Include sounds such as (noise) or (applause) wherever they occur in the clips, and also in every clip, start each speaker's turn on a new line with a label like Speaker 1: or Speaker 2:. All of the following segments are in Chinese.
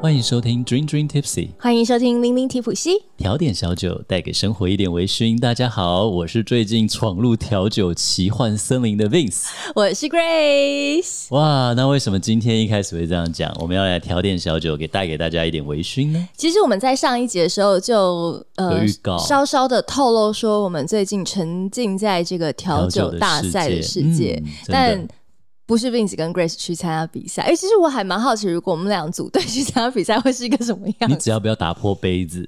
Speaker 1: 欢迎收听 Dream Dream Tipsy，
Speaker 2: 欢迎收听《零零提普西》，
Speaker 1: 调点小酒，带给生活一点微醺。大家好，我是最近闯入调酒奇幻森林的 Vince。
Speaker 2: 我是 Grace。
Speaker 1: 哇，那为什么今天一开始会这样讲？我们要来调点小酒，给带给大家一点微醺呢？
Speaker 2: 其实我们在上一集的时候就呃
Speaker 1: 有预告
Speaker 2: 稍稍的透露说，我们最近沉浸在这个调酒大赛的世界，
Speaker 1: 嗯真的
Speaker 2: 但不是 Vince 跟 Grace 去参加比赛。哎、其实我还蛮好奇，如果我们俩组队去参加比赛，会是一个什么
Speaker 1: 你
Speaker 2: 样子？
Speaker 1: 只要不要打破杯子，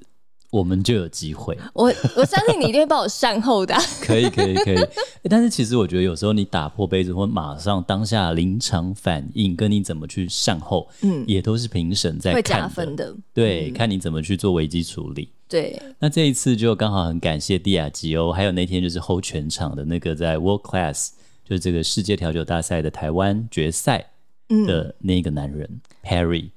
Speaker 1: 我们就有机
Speaker 2: (laughs)
Speaker 1: 会。
Speaker 2: 我我相信你一定会帮我善后的啊、
Speaker 1: 可以，可以，可以、诶但是其实我觉得有时候你打破杯子或马上当下临场反应，跟你怎么去善后，嗯，也都是评审 (laughs) 在
Speaker 2: 会
Speaker 1: 看
Speaker 2: 加分的。
Speaker 1: 对，看你怎么去做危机处理。
Speaker 2: 对，
Speaker 1: 那这一次就刚好很感谢蒂亚吉欧，还有那天就是 hold 全场的那个在 World Class，就是这个世界调酒大赛的台湾决赛的那个男人、Harry，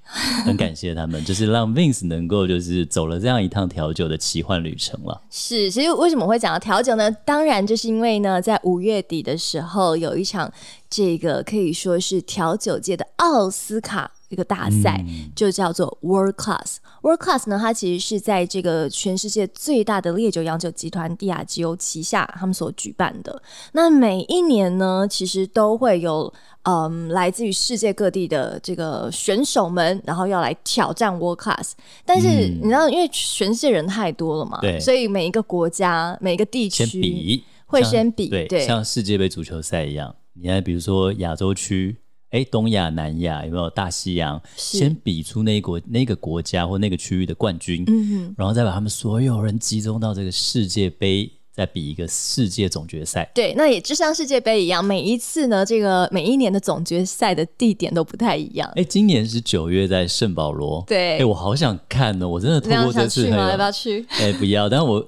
Speaker 1: 很感谢他们，就是让 Vince 能够就是走了这样一趟调酒的奇幻旅程了。
Speaker 2: 是，其实为什么会讲到调酒呢？当然，就是因为呢，在五月底的时候有一场这个可以说是调酒界的奥斯卡一个大赛，就叫做 World Class。World Class 呢，它其实是在这个全世界最大的烈酒洋酒集团蒂亚吉欧旗下他们所举办的。那每一年呢，其实都会有嗯，来自于世界各地的这个选手们，然后要来挑战 World Class。但是
Speaker 1: 嗯
Speaker 2: 你知道，因为全世界人太多了嘛，
Speaker 1: 对
Speaker 2: 所以每一个国家、每一个地
Speaker 1: 先
Speaker 2: 区
Speaker 1: 比，
Speaker 2: 会
Speaker 1: 像
Speaker 2: 先比
Speaker 1: 对，
Speaker 2: 对
Speaker 1: 像世界杯足球赛一样，你看比如说亚洲区。哎，东亚、南亚有没有大西洋？
Speaker 2: 是
Speaker 1: 先比出那一国、那个国家或那个区域的冠军，
Speaker 2: 嗯
Speaker 1: 然后再把他们所有人集中到这个世界杯，再比一个世界总决赛。
Speaker 2: 对，那也就像世界杯一样，每一次呢，这个每一年的总决赛的地点都不太一样。
Speaker 1: 哎，今年是九月在圣保罗，
Speaker 2: 对
Speaker 1: 哎，我好想看哦，我真的透
Speaker 2: 那样
Speaker 1: 过这
Speaker 2: 想
Speaker 1: 次
Speaker 2: 去
Speaker 1: 很
Speaker 2: 吗？要不要
Speaker 1: 有，
Speaker 2: 去？
Speaker 1: 哎，不要，但
Speaker 2: (laughs)
Speaker 1: 我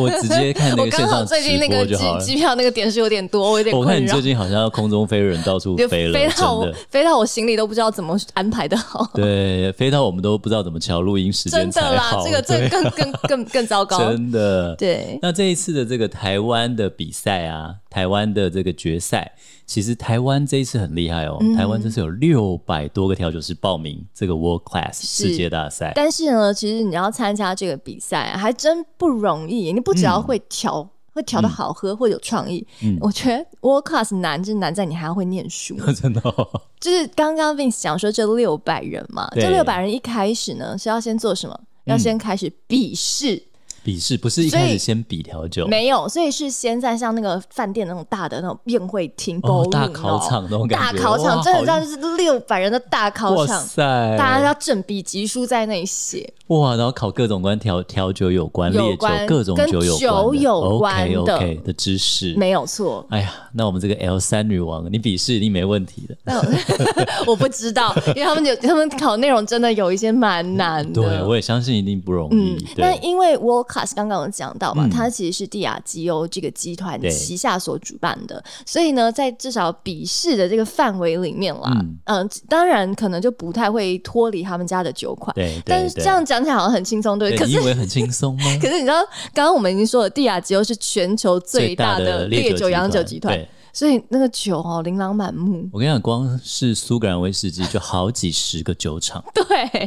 Speaker 1: 我直接看那
Speaker 2: 我
Speaker 1: 个
Speaker 2: 刚
Speaker 1: 线
Speaker 2: 好
Speaker 1: 上
Speaker 2: 最近
Speaker 1: 直
Speaker 2: 那
Speaker 1: 播
Speaker 2: 个
Speaker 1: 就好
Speaker 2: 机
Speaker 1: 了。
Speaker 2: 机票那个点数有点多，我有点
Speaker 1: 我看
Speaker 2: 困
Speaker 1: 你
Speaker 2: 扰
Speaker 1: 最，近好像要空中飞人到处
Speaker 2: 就
Speaker 1: 飞了，
Speaker 2: 飞到
Speaker 1: 真
Speaker 2: 我
Speaker 1: 的，
Speaker 2: 飞到我行李都不知道怎么安排的好。 (laughs)
Speaker 1: 对，飞到我们都不知道怎么调录音时间
Speaker 2: 真的
Speaker 1: 才
Speaker 2: 啦
Speaker 1: 好，，
Speaker 2: 这个这
Speaker 1: 对
Speaker 2: 个更更更更糟
Speaker 1: (laughs)
Speaker 2: 糕。
Speaker 1: 真的，
Speaker 2: 对，
Speaker 1: 那这一次的这个台湾的比赛啊，台湾的这个决赛，其实台湾这一次很厉害哦，
Speaker 2: 嗯
Speaker 1: 台湾这次有六百多个调酒师报名这个 World Class
Speaker 2: 是
Speaker 1: 世界大赛。 (laughs)
Speaker 2: 但是呢，其实你要参加这个比赛、还真不容易。你不只要会调，会调的好喝，会有创意。
Speaker 1: 嗯
Speaker 2: 我觉得 World Class 难就是难在你还要会念
Speaker 1: (laughs)
Speaker 2: 书。
Speaker 1: 真的、哦，
Speaker 2: 就是刚刚 Vince 讲说这六百人嘛，
Speaker 1: 对嗯
Speaker 2: 这六百人一开始呢是要先做什么？要先开始笔试，
Speaker 1: 笔试不是一开
Speaker 2: 所
Speaker 1: 始
Speaker 2: 以
Speaker 1: 先比调酒，
Speaker 2: 没有，所以是先在像那个饭店那种大的那种宴会厅、
Speaker 1: 哦
Speaker 2: ballroom
Speaker 1: 大考场那种感
Speaker 2: 大
Speaker 1: 觉，
Speaker 2: 考场
Speaker 1: 哇
Speaker 2: 真的
Speaker 1: 好
Speaker 2: 像就是六百人的大考
Speaker 1: 哇
Speaker 2: 场，
Speaker 1: 塞，
Speaker 2: 大家要正笔疾书在那里写，
Speaker 1: 哇，然后考各种关调调酒有关、
Speaker 2: 有
Speaker 1: 烈酒
Speaker 2: 关
Speaker 1: 各种
Speaker 2: 跟
Speaker 1: 酒有
Speaker 2: 酒
Speaker 1: 关的
Speaker 2: 有关的
Speaker 1: OK OK 的知识。
Speaker 2: 没有错。
Speaker 1: 哎呀，那我们这个 L 三女王，你笔试一定没问题的。
Speaker 2: 那 (laughs) 我我不知道，因为他们有他们考内容真的有一些蛮难的。嗯
Speaker 1: 对，我也相信一定不容易。对。嗯
Speaker 2: 那因为 World Class 刚刚有讲到嘛，它其实是蒂亚基欧这个集团
Speaker 1: 对
Speaker 2: 旗下所主办的，所以呢，在至少笔试的这个范围里面啦，
Speaker 1: 嗯
Speaker 2: 嗯、当然可能就不太会脱离他们家的酒款，
Speaker 1: 对，对
Speaker 2: 但是
Speaker 1: 对
Speaker 2: 这样讲起来好像很轻松，对不
Speaker 1: 对
Speaker 2: 对？可
Speaker 1: 你以
Speaker 2: 是。
Speaker 1: 为很轻松吗？
Speaker 2: (laughs) 可是你知道，刚刚我们已经说了，蒂亚吉欧是全球最大
Speaker 1: 的
Speaker 2: 的烈酒洋酒集
Speaker 1: 集
Speaker 2: 团，
Speaker 1: 对，
Speaker 2: 所以那个酒哦琳琅满目。，
Speaker 1: 我跟你讲，光是苏格兰威士忌就好几十个酒厂
Speaker 2: (laughs) 对，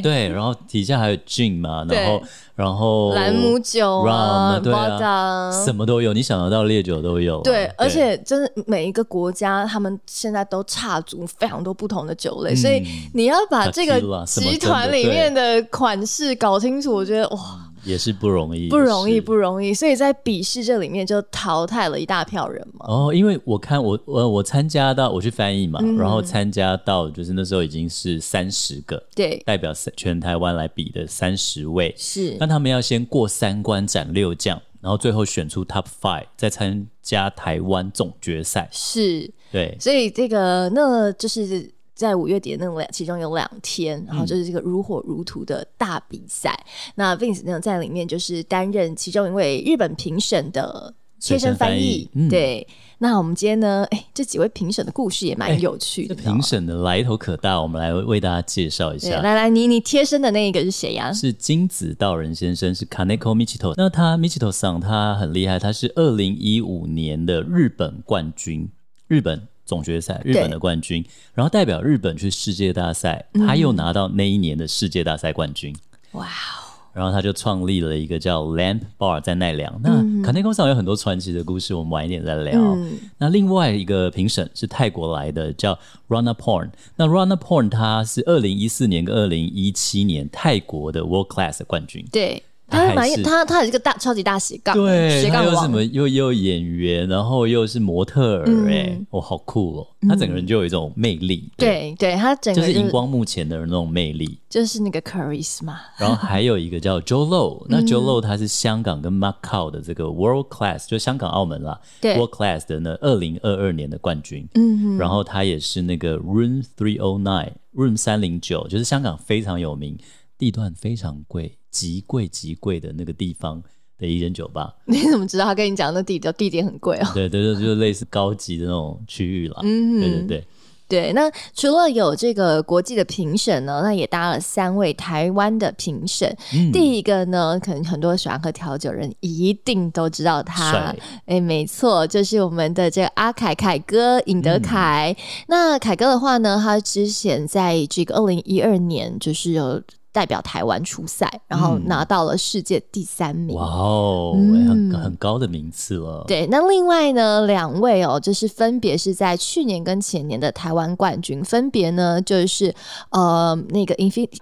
Speaker 1: (laughs) 对，然后底下还有 gin 嘛，然后
Speaker 2: 对
Speaker 1: 然后
Speaker 2: 兰姆酒啊
Speaker 1: rum，对啊
Speaker 2: d 啊，
Speaker 1: 什么都有，你想得到烈酒都有啊、
Speaker 2: 对，而且真的每一个国家，他们现在都插足非常多不同的酒
Speaker 1: 嗯
Speaker 2: 类，所以你要把这个
Speaker 1: Tequila 啊什么
Speaker 2: 集团里面的款式搞清楚，我觉得哇
Speaker 1: 也是不容易，
Speaker 2: 不容易
Speaker 1: 嗯也是
Speaker 2: 不容易，所以在笔试这里面就淘汰了一大票人嘛。
Speaker 1: 哦，因为我看我呃我我参加到我去翻译嘛，
Speaker 2: 嗯
Speaker 1: 然后参加到就是那时候已经是三十个
Speaker 2: 对，
Speaker 1: 代表全台湾来比的三十位，
Speaker 2: 是
Speaker 1: 那他们要先过三关斩六将，然后最后选出 Top Five，再参加台湾总决赛。
Speaker 2: 是，
Speaker 1: 对，
Speaker 2: 所以这个那就是。在五月底的那两，其中有两天，
Speaker 1: 嗯
Speaker 2: 然后就是这个如火如荼的大比赛。那 Vince 呢，在里面就是担任其中一位日本评审的贴身翻译
Speaker 1: 随身翻译。嗯
Speaker 2: 对，那我们今天呢，哎、这几位评审的故事也蛮有趣
Speaker 1: 哎这
Speaker 2: 的。哦
Speaker 1: 评审的来头可大，我们来为大家介绍一
Speaker 2: 啊对，
Speaker 1: 下。
Speaker 2: 来来，你你贴身的那一个是谁呀、
Speaker 1: 是金子道人先生，是 Kaneko Michito。那他 Michito 桑他很厉害，他是二零一五年的日本冠军，日本总决赛，日本的冠军，然后代表日本去世界大赛，他又拿到那一年的世界大赛冠军。
Speaker 2: 嗯哇哦！
Speaker 1: 然后他就创立了一个叫 Lamp Bar 在奈良。
Speaker 2: 嗯
Speaker 1: 那卡内工厂有很多传奇的故事，我们晚一点再聊。那另外一个评审是泰国来的，叫 Rana Porn。那 Rana Porn 他是二零一四年跟二零一七年泰国的 World Class 的冠军。
Speaker 2: 对，
Speaker 1: 他
Speaker 2: 他是
Speaker 1: 啊还
Speaker 2: 蛮
Speaker 1: 是
Speaker 2: 他他也是个大超级大斜杠，
Speaker 1: 对，
Speaker 2: 斜
Speaker 1: 他
Speaker 2: 杠
Speaker 1: 又什
Speaker 2: 王。
Speaker 1: 么又又演员，然后又是模特儿、
Speaker 2: 嗯
Speaker 1: 哎、哇，好酷哦！他整个人就有一种魅力，，
Speaker 2: 对对，他整个
Speaker 1: 就是
Speaker 2: 就
Speaker 1: 荧
Speaker 2: 是
Speaker 1: 光幕前的那种魅力。
Speaker 2: 就是那个 charisma，
Speaker 1: 然后还有一个叫 Joe Lo，那
Speaker 2: 嗯
Speaker 1: Joe Lo 他是香港跟 Macau 的这个 World Class，就香港澳门啦
Speaker 2: 对
Speaker 1: ，World Class 的那二零二二年的冠军。嗯，然后他也是那个 Room Three oh O Nine Room 三零九，就是香港非常有名，地段非常贵，极贵极贵的那个地方的一间酒吧。
Speaker 2: (laughs) 你怎么知道他跟你讲那地点地点很贵哦？
Speaker 1: 对对对，就是类似高级的那种区域啦。嗯，对对对，
Speaker 2: 对，那除了有这个国际的评审呢，那也搭了三位台湾的评审。
Speaker 1: 嗯
Speaker 2: 第一个呢，可能很多喜欢喝调酒人一定都知道他
Speaker 1: 帅，
Speaker 2: 哎，没错，就是我们的这个阿凯凯哥尹德凯。
Speaker 1: 嗯
Speaker 2: 那凯哥的话呢，他之前在这个二零一二年就是有。代表台湾出赛，然后
Speaker 1: 嗯
Speaker 2: 拿到了世界第三名。
Speaker 1: 哇哦，哎很很高的名次了。
Speaker 2: 对，那另外呢，两位哦，就是分别是在去年跟前年的台湾冠军，分别呢就是呃那个 Infinity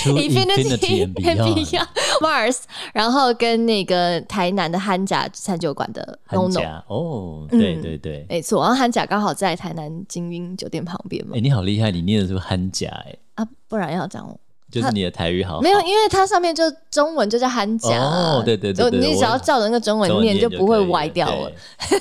Speaker 1: To Infinity
Speaker 2: Infinity
Speaker 1: and
Speaker 2: (laughs)
Speaker 1: Beyond，
Speaker 2: Mars，然后跟那个台南的汉甲餐酒馆的 No
Speaker 1: 很
Speaker 2: No，
Speaker 1: 假哦，
Speaker 2: 嗯
Speaker 1: 对对对，
Speaker 2: 没错，然后汉甲刚好在台南精英酒店旁边嘛
Speaker 1: 哎，，你好厉害，你念的是汉甲，哎，
Speaker 2: 啊，不然要讲
Speaker 1: 就是你的台语哦好好，
Speaker 2: 没有，因为它上面就中文就叫汉甲，啊
Speaker 1: 哦对对对
Speaker 2: 就
Speaker 1: 对
Speaker 2: 你
Speaker 1: 我
Speaker 2: 只要照着那个中文
Speaker 1: 中文
Speaker 2: 念
Speaker 1: 念
Speaker 2: 就不会
Speaker 1: 可以了
Speaker 2: 歪掉了。。
Speaker 1: (laughs)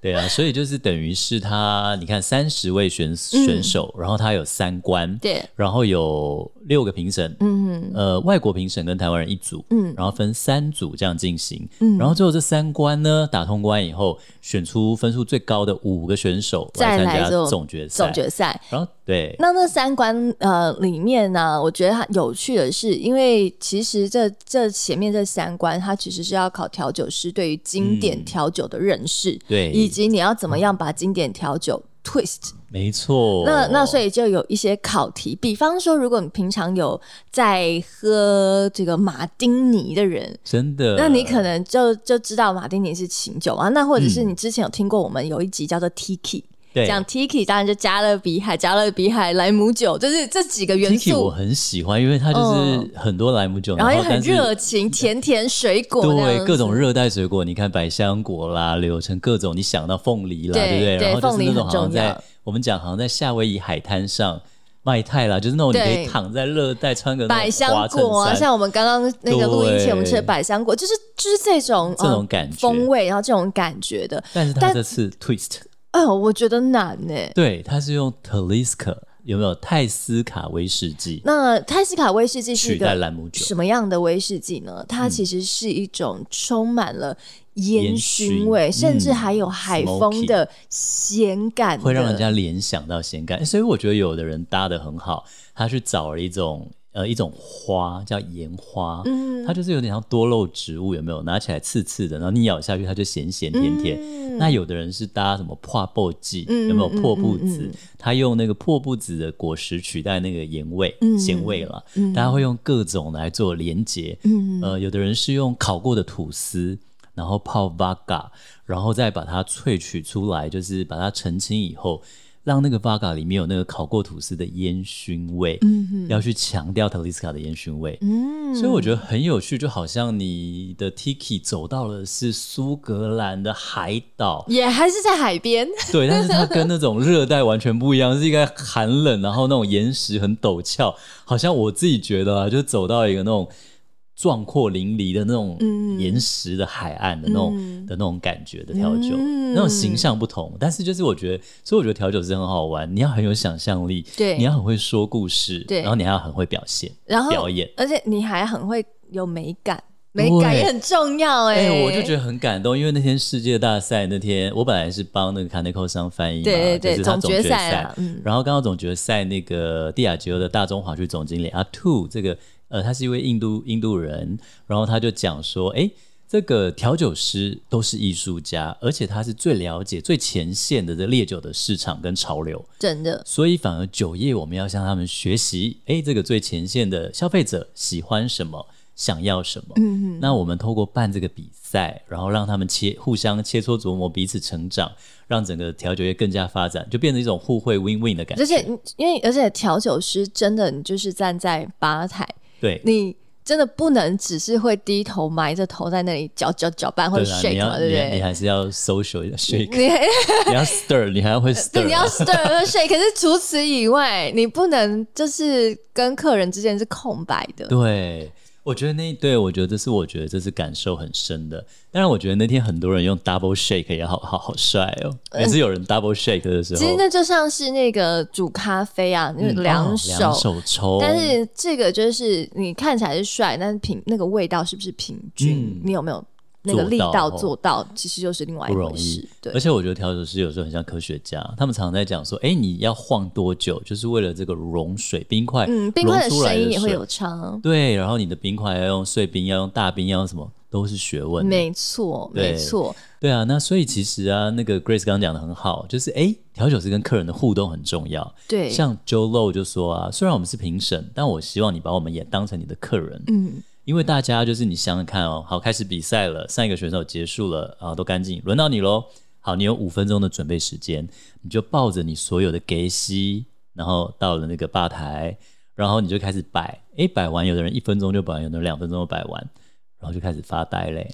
Speaker 1: 对对啊，所以就是等于是他，你看三十位选选手，然后他有三关，
Speaker 2: 嗯对，
Speaker 1: 然后有六个评审，嗯，呃，外国评审跟台湾人一组，嗯，然后分三组这样进行，嗯，然后最后这三关呢打通关以后，选出分数最高的五个选手
Speaker 2: 再
Speaker 1: 参
Speaker 2: 来
Speaker 1: 加
Speaker 2: 就
Speaker 1: 总决赛，
Speaker 2: 总决赛，
Speaker 1: 然后对，
Speaker 2: 那那三关呃里面呢、我觉得它有趣的是，因为其实这这前面这三关，它其实是要考调酒师对于经典调酒的认识，
Speaker 1: 对
Speaker 2: 以及你要怎么样把经典调酒 twist、
Speaker 1: 没错，
Speaker 2: 那那所
Speaker 1: 以
Speaker 2: 以就有一些考题，比方说，如果你平常有在喝这个马丁尼的人，
Speaker 1: 真的，
Speaker 2: 那你可能就就知道马丁尼是琴酒啊，那或者是你之前有听过我们有一集叫做 Tiki，、
Speaker 1: 对
Speaker 2: 讲 Tiki 当然就加勒比海、加勒比海、莱姆酒，就是这几个元
Speaker 1: Tiki 我
Speaker 2: 素，嗯
Speaker 1: 很喜欢，因为它就是很多莱姆酒，
Speaker 2: 然后也很
Speaker 1: 但是
Speaker 2: 热情，甜甜水果那样
Speaker 1: 对
Speaker 2: 子
Speaker 1: 各种热带水果，你看百香果啦、柳橙各种，你想到凤梨啦，
Speaker 2: 对
Speaker 1: 不对？
Speaker 2: 对
Speaker 1: 然后就
Speaker 2: 凤
Speaker 1: 是
Speaker 2: 梨
Speaker 1: 那种
Speaker 2: 很
Speaker 1: 好像
Speaker 2: 重要
Speaker 1: 在我们讲好像在夏威夷海滩上卖菜啦，就是那种你可
Speaker 2: 对
Speaker 1: 以躺在热带穿个那种
Speaker 2: 百香
Speaker 1: 花衬
Speaker 2: 果啊，
Speaker 1: 衫
Speaker 2: 像我们刚刚那个录音前
Speaker 1: 对
Speaker 2: 我们吃的百香果，就是就是这种
Speaker 1: 这种
Speaker 2: 呃
Speaker 1: 感觉
Speaker 2: 风味，然后这种感觉的，
Speaker 1: 但是它
Speaker 2: 但
Speaker 1: 这次 twist，
Speaker 2: 哎呦，我觉得难呢、
Speaker 1: 对，它是用 Talisker 有没有泰斯卡威士忌
Speaker 2: 那泰斯卡威士忌是一
Speaker 1: 取
Speaker 2: 个
Speaker 1: 代兰姆酒？嗯
Speaker 2: 什么样的威士忌呢？它其实是一种充满了烟
Speaker 1: 烟
Speaker 2: 熏
Speaker 1: 熏
Speaker 2: 味，
Speaker 1: 嗯
Speaker 2: 甚至还有海风
Speaker 1: smoky
Speaker 2: 的咸感的，
Speaker 1: 会让人家联想到咸感，所以我觉得有的人搭的很好，他去找了一种呃一种花叫盐花，嗯，它就是有点像多肉植物，有没有？拿起来刺刺的，然后你咬下去它就咸咸甜甜。
Speaker 2: 嗯
Speaker 1: 那有的人是搭什么破布剂，有没有破布子？他用那个破布子的果实取代那个盐味、咸味了。大家会用各种来做连接，呃，有的人是用烤过的吐司。然后泡 vodka，然后再把它萃取出来，就是把它澄清以后，让那个 vodka 里面有那个烤过吐司的烟熏味，嗯、要去强调 Taliska 的烟熏味。嗯，所以我觉得很有趣，就好像你的 Tiki 走到了是苏格兰的海岛，
Speaker 2: 也还是在海边，
Speaker 1: 对，但是它跟那种热带完全不一样，是一个寒冷，然后那种岩石很陡峭，好像我自己觉得啊，就走到一个那种壮阔淋漓的那种
Speaker 2: 嗯
Speaker 1: 岩石的海岸的那种、的那种感觉的调酒，
Speaker 2: 嗯
Speaker 1: 那种形象不同，但是就是我觉得，所以我觉得调酒是很好玩，你要很有想象力，
Speaker 2: (laughs) 对
Speaker 1: 你要很会说故事，
Speaker 2: 对哦
Speaker 1: 然后你还要很会表现，
Speaker 2: 然后
Speaker 1: 表演。
Speaker 2: 而且你还很会有美感，美感
Speaker 1: 对
Speaker 2: 也很重要哎、
Speaker 1: 哎、我就觉得很感动，因为那天世界大赛那天，我本来是帮那个卡内克桑翻译嘛，
Speaker 2: 对对对
Speaker 1: 就是他
Speaker 2: 总
Speaker 1: 总
Speaker 2: 决
Speaker 1: 决
Speaker 2: 赛啊嗯
Speaker 1: 然后刚刚总决赛那个蒂亚吉欧的大中华区总经理阿兔，这个呃，他是一位印度印度人，然后他就讲说，哎、这个调酒师都是艺术家，而且他是最了解、最前线的这烈酒的市场跟潮流，
Speaker 2: 真的，
Speaker 1: 所以反而酒业我们要向他们学习。哎，这个最前线的消费者喜欢什么，想要什么？
Speaker 2: 嗯
Speaker 1: 那我们透过办这个比赛，然后让他们切互相切磋琢磨，彼此成长，让整个调酒业更加发展，就变成一种互惠 win win 的感
Speaker 2: 而
Speaker 1: 觉。
Speaker 2: 且你因为而且调酒师真的，你就是站在吧台，
Speaker 1: 对，
Speaker 2: 你真的不能只是会低头埋着头在那里搅搅搅拌或者
Speaker 1: 对啊啦，你
Speaker 2: shake 嘛，
Speaker 1: 要
Speaker 2: 对不
Speaker 1: 你你
Speaker 2: 对？
Speaker 1: 还是要 social
Speaker 2: (laughs)
Speaker 1: 一下 shake，
Speaker 2: 你
Speaker 1: 你要 stir，你还要会
Speaker 2: 对
Speaker 1: (laughs) stir，
Speaker 2: (laughs) 你要
Speaker 1: 啊
Speaker 2: stir 和 shake，可是除此以外，你不能就是跟客人之间是空白的。
Speaker 1: 对，我觉得那对我觉得这是我觉得这是感受很深的。当然，我觉得那天很多人用 double shake 也好好好帅哦。每次有人 double shake 的时候，
Speaker 2: 呃其实那就像是那个煮咖啡啊，那
Speaker 1: 嗯
Speaker 2: 个
Speaker 1: 哦
Speaker 2: 两
Speaker 1: 两手抽，
Speaker 2: 但是这个就是你看起来是帅，但是平那个味道是不是平均？
Speaker 1: 嗯
Speaker 2: 你有没有那个
Speaker 1: 做
Speaker 2: 力
Speaker 1: 到
Speaker 2: 道
Speaker 1: 哦
Speaker 2: 做到？其实又是另外一
Speaker 1: 不容
Speaker 2: 回事
Speaker 1: 易。。
Speaker 2: 对
Speaker 1: 而，且我觉得调酒师有时候很像科学家，他们常常在讲说，哎，你要晃多久，就是为了这个溶水冰块，
Speaker 2: 嗯，冰
Speaker 1: 溶
Speaker 2: 块的
Speaker 1: 出来
Speaker 2: 声音
Speaker 1: 的
Speaker 2: 也会
Speaker 1: 水
Speaker 2: 有差。
Speaker 1: 对，然后你的冰块要用碎冰，要用大冰，要用什么，都是学问。
Speaker 2: 没错，
Speaker 1: 对
Speaker 2: 没错，
Speaker 1: 对啊，那所以其实啊，那个 Grace 刚刚讲的很好，就是哎，调酒师跟客人的互动很重要。
Speaker 2: 对，
Speaker 1: 像 Joe Low 就说啊，虽然我们是评审，但我希望你把我们也当成你的客人，
Speaker 2: 嗯，
Speaker 1: 因为大家就是你想想看哦，好，开始比赛了，上一个选手结束了啊，都干净，轮到你喽。好，你有五分钟的准备时间，你就抱着你所有的给息，然后到了那个吧台，然后你就开始摆，诶，摆完，有的人一分钟就摆完，有的人两分钟就摆完，然后就开始发呆嘞。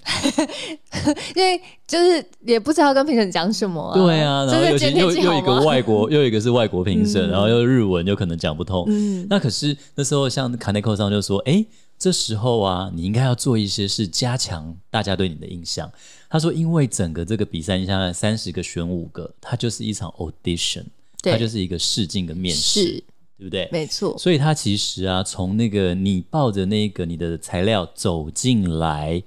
Speaker 2: 因为就是也不知道跟评审讲什么、啊，
Speaker 1: 对啊，然
Speaker 2: 就
Speaker 1: 后
Speaker 2: 是
Speaker 1: 尤
Speaker 2: 今
Speaker 1: 其
Speaker 2: 天
Speaker 1: 又
Speaker 2: 气
Speaker 1: 又
Speaker 2: 好
Speaker 1: 一个
Speaker 2: 吗？
Speaker 1: 外
Speaker 2: (laughs)
Speaker 1: 国，又一个是外国评审，然后又日文，有可能讲不通。
Speaker 2: 嗯
Speaker 1: 那可是那时候像卡内克上就说，哎、这时候啊，你应该要做一些事，加强大家对你的印象。他说，因为整个这个比赛，你想想三十个选五个，它就是一场 audition，
Speaker 2: 对
Speaker 1: 它就是一个试镜跟面试
Speaker 2: 是，
Speaker 1: 对不对？
Speaker 2: 没错，
Speaker 1: 所以它其实啊，从那个你抱着那个你的材料走进来，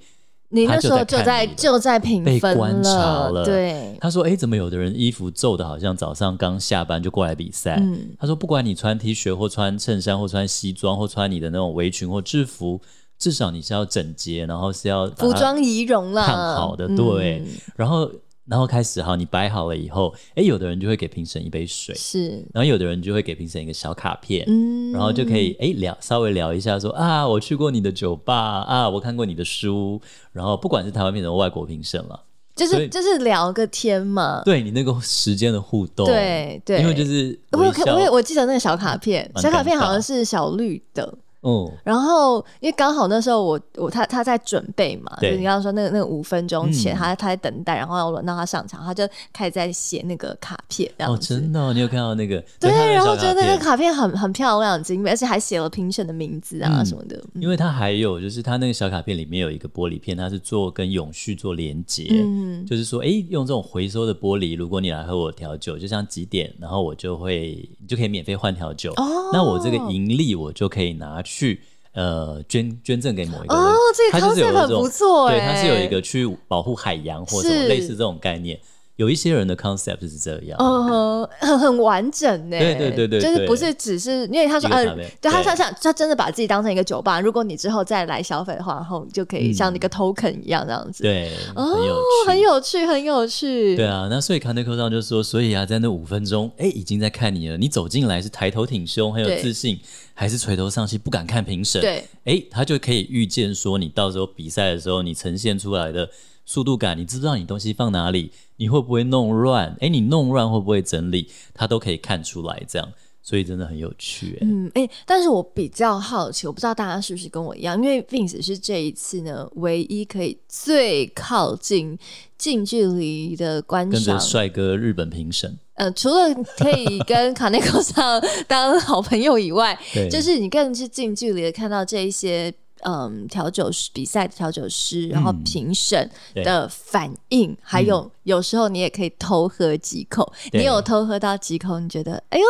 Speaker 2: 你那
Speaker 1: 他就
Speaker 2: 时候
Speaker 1: 在
Speaker 2: 就
Speaker 1: 看
Speaker 2: 在
Speaker 1: 你了
Speaker 2: 就在评
Speaker 1: 被
Speaker 2: 分
Speaker 1: 观察了
Speaker 2: 对，
Speaker 1: 他说：“哎，怎么有的人衣服皱的，好像早上刚下班就过来比赛？”
Speaker 2: 嗯
Speaker 1: 他说：“不管你穿 T 恤或穿衬衫或穿西装或穿你的那种围裙或制服，至少你是要整洁，然后是要把它
Speaker 2: 服装啊嗯仪容啦，
Speaker 1: 看好的，对。然后，然后开始好，你摆好了以后，哎，有的人就会给评审一杯水
Speaker 2: 嗯，，是，
Speaker 1: 然后有的人就会给评审一个小卡片，
Speaker 2: 嗯，
Speaker 1: 然后就可以哎聊稍微聊一下说啊，我去过你的酒吧啊，我看过你的书，然后不管是台湾评审或外国评审了。”
Speaker 2: 就
Speaker 1: 所
Speaker 2: 是
Speaker 1: 以
Speaker 2: 就是聊个天嘛，
Speaker 1: 对你那个时间的互动，
Speaker 2: 对对
Speaker 1: 因为就是
Speaker 2: 我有
Speaker 1: 微
Speaker 2: 看，
Speaker 1: 笑
Speaker 2: 我有我记得那个小卡片，
Speaker 1: 蛮
Speaker 2: 小卡片
Speaker 1: 尴尬
Speaker 2: 好像是小绿的。
Speaker 1: 嗯，
Speaker 2: 然后，因为刚好那时候我我他他在准备嘛，就
Speaker 1: 对
Speaker 2: 是你刚刚说那个那个五分钟前，
Speaker 1: 嗯
Speaker 2: 他他在等待，然后轮到他上场，他就开始在写那个卡片这
Speaker 1: 哦，
Speaker 2: 样子。
Speaker 1: 真的哦、你有看到那个
Speaker 2: 对，然后
Speaker 1: 就
Speaker 2: 觉得那个卡片很很漂亮、很精美，而且还写了评审的名字啊
Speaker 1: 嗯
Speaker 2: 什么的。嗯
Speaker 1: 因为它还有就是它那个小卡片里面有一个玻璃片，它是做跟永续做连接，
Speaker 2: 嗯
Speaker 1: 就是说，诶，用这种回收的玻璃，如果你来和我调酒，就像几点，然后我就会你就可以免费换调酒，
Speaker 2: 哦
Speaker 1: 那我这个盈利我就可以拿去。呃，捐捐赠给某一个人，
Speaker 2: 哦这个
Speaker 1: 它就是有
Speaker 2: concept
Speaker 1: 这种
Speaker 2: 很不错
Speaker 1: 对，
Speaker 2: 欸
Speaker 1: 它是有一个去保护海洋或什
Speaker 2: 是
Speaker 1: 么类似这种概念。有一些人的 concept 是这样，
Speaker 2: 呃，很很完整呢、
Speaker 1: 对对对对
Speaker 2: 就是
Speaker 1: 对
Speaker 2: 不是只是因为他说，
Speaker 1: 一个
Speaker 2: 呃
Speaker 1: 卡片，
Speaker 2: 对他
Speaker 1: 对
Speaker 2: 他想他真的把自己当成一个酒吧，如果你之后再来消费的话，然后你就可以像一个 token 一样这样子，
Speaker 1: 嗯对，很有
Speaker 2: 哦，
Speaker 1: 趣，
Speaker 2: 很有趣，很有趣，
Speaker 1: 对啊，那所以卡内克上就说，所以啊，在那五分钟，哎，已经在看你了。你走进来是抬头挺胸，很有
Speaker 2: 对
Speaker 1: 自信，还是垂头丧气，不敢看评审？
Speaker 2: 对，
Speaker 1: 哎，他就可以预见说，你到时候比赛的时候，你呈现出来的速度感，你知不知道你东西放哪里？你会不会弄乱？哎，你弄乱会不会整理？他都可以看出来，这样，所以真的很有趣、诶
Speaker 2: 嗯，哎、但是我比较好奇，我不知道大家是不是跟我一样，因为 Vince 是这一次呢唯一可以最靠近近距离的观
Speaker 1: 跟着
Speaker 2: 赏，
Speaker 1: 帅哥日本评审，
Speaker 2: 呃，除了可以
Speaker 1: (laughs)
Speaker 2: 跟卡内克上当好朋友以外，
Speaker 1: 对，
Speaker 2: 就是你更是近距离的看到这一些嗯调酒师比赛的调酒师，然后评审
Speaker 1: 嗯对嗯
Speaker 2: 的反应，还有、有时候你也可以偷喝几口。
Speaker 1: 对
Speaker 2: 你有偷喝到几口，你觉得哎呦，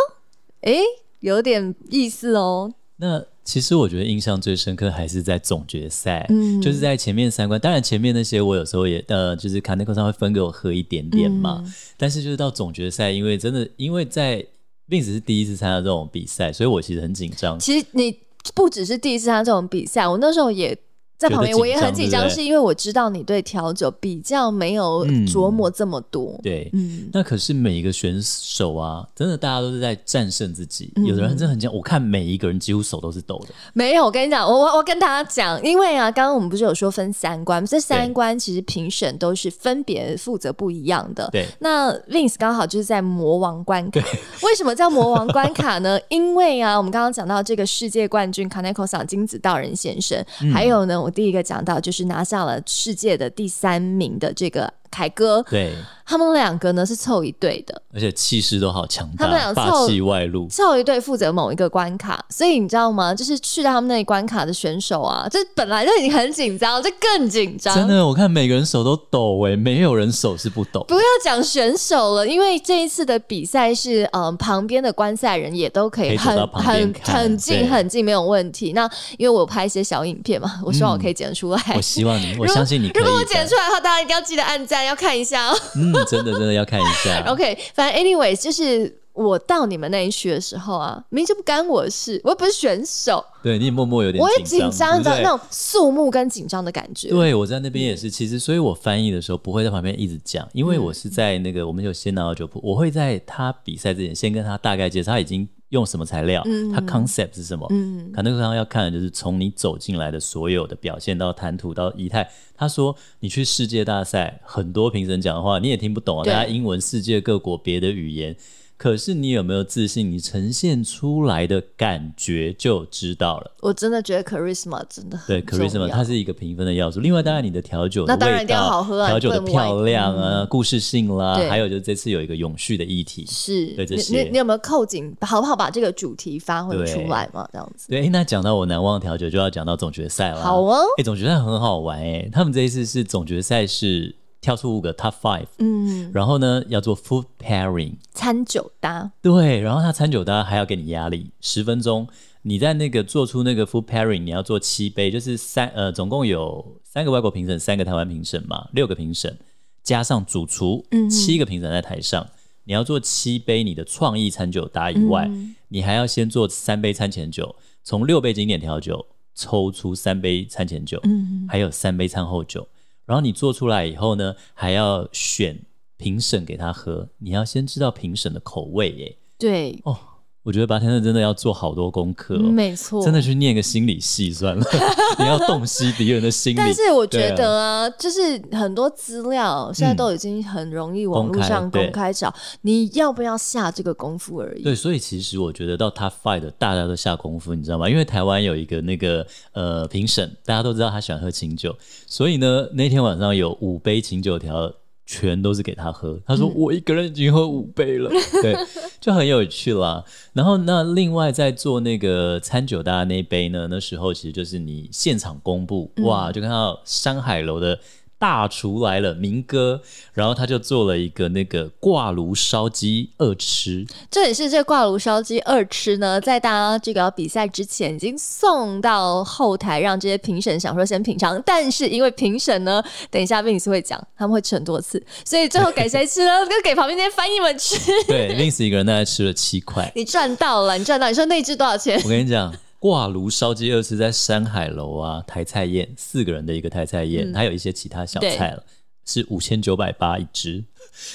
Speaker 2: 哎，有点意思哦。
Speaker 1: 那其实我觉得印象最深刻还是在总决赛，
Speaker 2: 嗯
Speaker 1: 就是在前面三关。当然前面那些我有时候也呃，就是卡内克上会分给我喝一点点嘛。
Speaker 2: 嗯
Speaker 1: 但是就是到总决赛，因为真的因为在并只是第一次参加这种比赛，所以我其实很紧张。
Speaker 2: 其实你不只是第一次参加这种比赛，我那时候也在旁边我也很紧
Speaker 1: 觉
Speaker 2: 张，
Speaker 1: 得
Speaker 2: 是因为我知道你对调酒比较没有
Speaker 1: 嗯
Speaker 2: 琢磨这么多。
Speaker 1: 对，
Speaker 2: 嗯，
Speaker 1: 那可是每一个选手啊，真的大家都是在战胜自己。
Speaker 2: 嗯
Speaker 1: 有的人真的很强，我看每一个人几乎手都是
Speaker 2: (laughs)
Speaker 1: 抖的。
Speaker 2: 没有，我跟你讲，我我我跟大家讲，因为啊，刚刚我们不是有说分三关，这三
Speaker 1: 对
Speaker 2: 关其实评审都是分别负责不一样的。
Speaker 1: 对，
Speaker 2: 那 Vince 刚好就是在魔王关卡，为什么叫魔王关卡呢？因为啊，我们刚刚讲到这个世界冠军 Kaneko 赏金子道人先生，还有呢，我第一个讲到就是拿下了世界的第三名的这个凯哥，
Speaker 1: 对，
Speaker 2: 他们两个呢是凑一对的，
Speaker 1: 而且气势都好强
Speaker 2: 他们
Speaker 1: 大，
Speaker 2: 俩
Speaker 1: 霸
Speaker 2: 凑
Speaker 1: 气外露。
Speaker 2: 凑一对负责某一个关卡，所以你知道吗？就是去到他们那里关卡的选手啊，这本来就已经很紧张，这更紧张，
Speaker 1: 真的，我看每个人手都抖诶、没有人手是不抖。
Speaker 2: 不要讲选手了，因为这一次的比赛是，嗯、旁边的观赛人也都可
Speaker 1: 可
Speaker 2: 以
Speaker 1: 以走
Speaker 2: 很
Speaker 1: 到旁边
Speaker 2: 很
Speaker 1: 看
Speaker 2: 很
Speaker 1: 对
Speaker 2: 近很近，没有问题。那因为我拍一些小影片嘛，我希望我可以剪得出来。
Speaker 1: 嗯
Speaker 2: (laughs)
Speaker 1: 我希望你，我相信你可以
Speaker 2: 如
Speaker 1: 的。
Speaker 2: 果我剪得出来的话，大家一定要记得按赞，要看
Speaker 1: (laughs)
Speaker 2: 一下哦。
Speaker 1: 嗯，真的真的要看一下。
Speaker 2: OK，反正 anyways，就是我到你们那一区的时候啊，明明就不干我的事，我又不是选手，
Speaker 1: 对你默默有点
Speaker 2: 我也紧
Speaker 1: 张对
Speaker 2: 张
Speaker 1: 不
Speaker 2: 的
Speaker 1: 对
Speaker 2: 那种肃穆跟紧张的感觉。
Speaker 1: 对，我在那边也是，其实所以我翻译的时候不会在旁边一直讲，因为我是
Speaker 2: 嗯
Speaker 1: 在那个我们有先拿到酒谱，我会在他比赛之前先跟他大概介绍他已经用什么材料，他 concept 是什么。
Speaker 2: 嗯，
Speaker 1: 卡内克刚要看的就是从你走进来的所有的表现到谈吐到仪态。他说你去世界大赛，很多评审讲的话你也听不懂啊，
Speaker 2: 对
Speaker 1: 大家英文、世界各国别的语言。可是你有没有自信？你呈现出来的感觉就知道了。
Speaker 2: 我真的觉得 charisma 真的
Speaker 1: 对
Speaker 2: 很重要
Speaker 1: charisma，它是一个评分的要素。另外，当然你的调酒的
Speaker 2: 那当然
Speaker 1: 味
Speaker 2: 一定要
Speaker 1: 道
Speaker 2: 好喝啊
Speaker 1: 调酒的
Speaker 2: 不能歪
Speaker 1: 漂亮啊，故事性啦
Speaker 2: 对，
Speaker 1: 还有就是这次有一个永续的议题。
Speaker 2: 是，
Speaker 1: 对这
Speaker 2: 你
Speaker 1: 些
Speaker 2: 你你有没有扣紧，好不好把这个主题发挥
Speaker 1: 对
Speaker 2: 出来嘛？这样子，
Speaker 1: 对，诶那讲到我难忘调酒，就要讲到总决赛啦。
Speaker 2: 好哦，
Speaker 1: 哎，总决赛很好玩哎、他们这一次是总决赛是跳出五个 top five，
Speaker 2: 嗯，
Speaker 1: 然后呢要做 food pairing，
Speaker 2: 餐酒搭，
Speaker 1: 对，然后他餐酒搭还要给你压力，十分钟，你在那个做出那个 food pairing，你要做七杯，就是三呃，总共有三个外国评审，三个台湾评审嘛，六个评审加上主厨，七个评审在台上，你要做七杯你的创意餐酒搭以
Speaker 2: 嗯
Speaker 1: 外，你还要先做三杯餐前酒，从六杯经典调酒抽出三杯餐前酒，
Speaker 2: 嗯，
Speaker 1: 还有三杯餐后酒。然后你做出来以后呢，还要选评审给他喝，你要先知道评审的口味耶。
Speaker 2: 对，
Speaker 1: 哦，我觉得八天真的要做好多功课、哦，
Speaker 2: 没错，
Speaker 1: 真的。去念个心理系算了， (laughs) 你要洞悉敌人的心理。
Speaker 2: 但是我觉
Speaker 1: 对啊、
Speaker 2: 得啊，就是很多资料现在都已经很容易网络上
Speaker 1: 公开对
Speaker 2: 公开找，你要不要下这个功夫而已？
Speaker 1: 对，所以其实我觉得到 Top Five 的大家都下功夫，你知道吗？因为台湾有一个那个呃评审，大家都知道他喜欢喝清酒，所以呢那天晚上有五杯清酒调。全都是给他喝，他说
Speaker 2: 嗯
Speaker 1: 我一个人已经喝五杯了， (laughs) 对，就很有趣啦。然后那另外在做那个餐酒搭那一杯呢，那时候其实就是你现场公布，
Speaker 2: 嗯
Speaker 1: 哇，就看到山海楼的大厨来了，明哥，然后他就做了一个那个挂炉烧鸡二吃，
Speaker 2: 这也是这挂炉烧鸡二吃呢，在大家这个要比赛之前已经送到后台，让这些评审想说先品尝，但是因为评审呢，等一下 Vince 会讲，他们会吃很多次，所以最后给
Speaker 1: (laughs)
Speaker 2: 谁吃呢？就给旁边那些翻译们吃。
Speaker 1: 对，Vince 一个人大概吃了七块。
Speaker 2: 你赚到了，你赚到！你说那只多少钱？
Speaker 1: 我跟你
Speaker 2: (laughs)
Speaker 1: 讲，挂炉烧鸡二是在山海楼啊台菜宴，四个人的一个台菜
Speaker 2: 嗯
Speaker 1: 宴，还有一些其他小菜了，是五千九百八一只。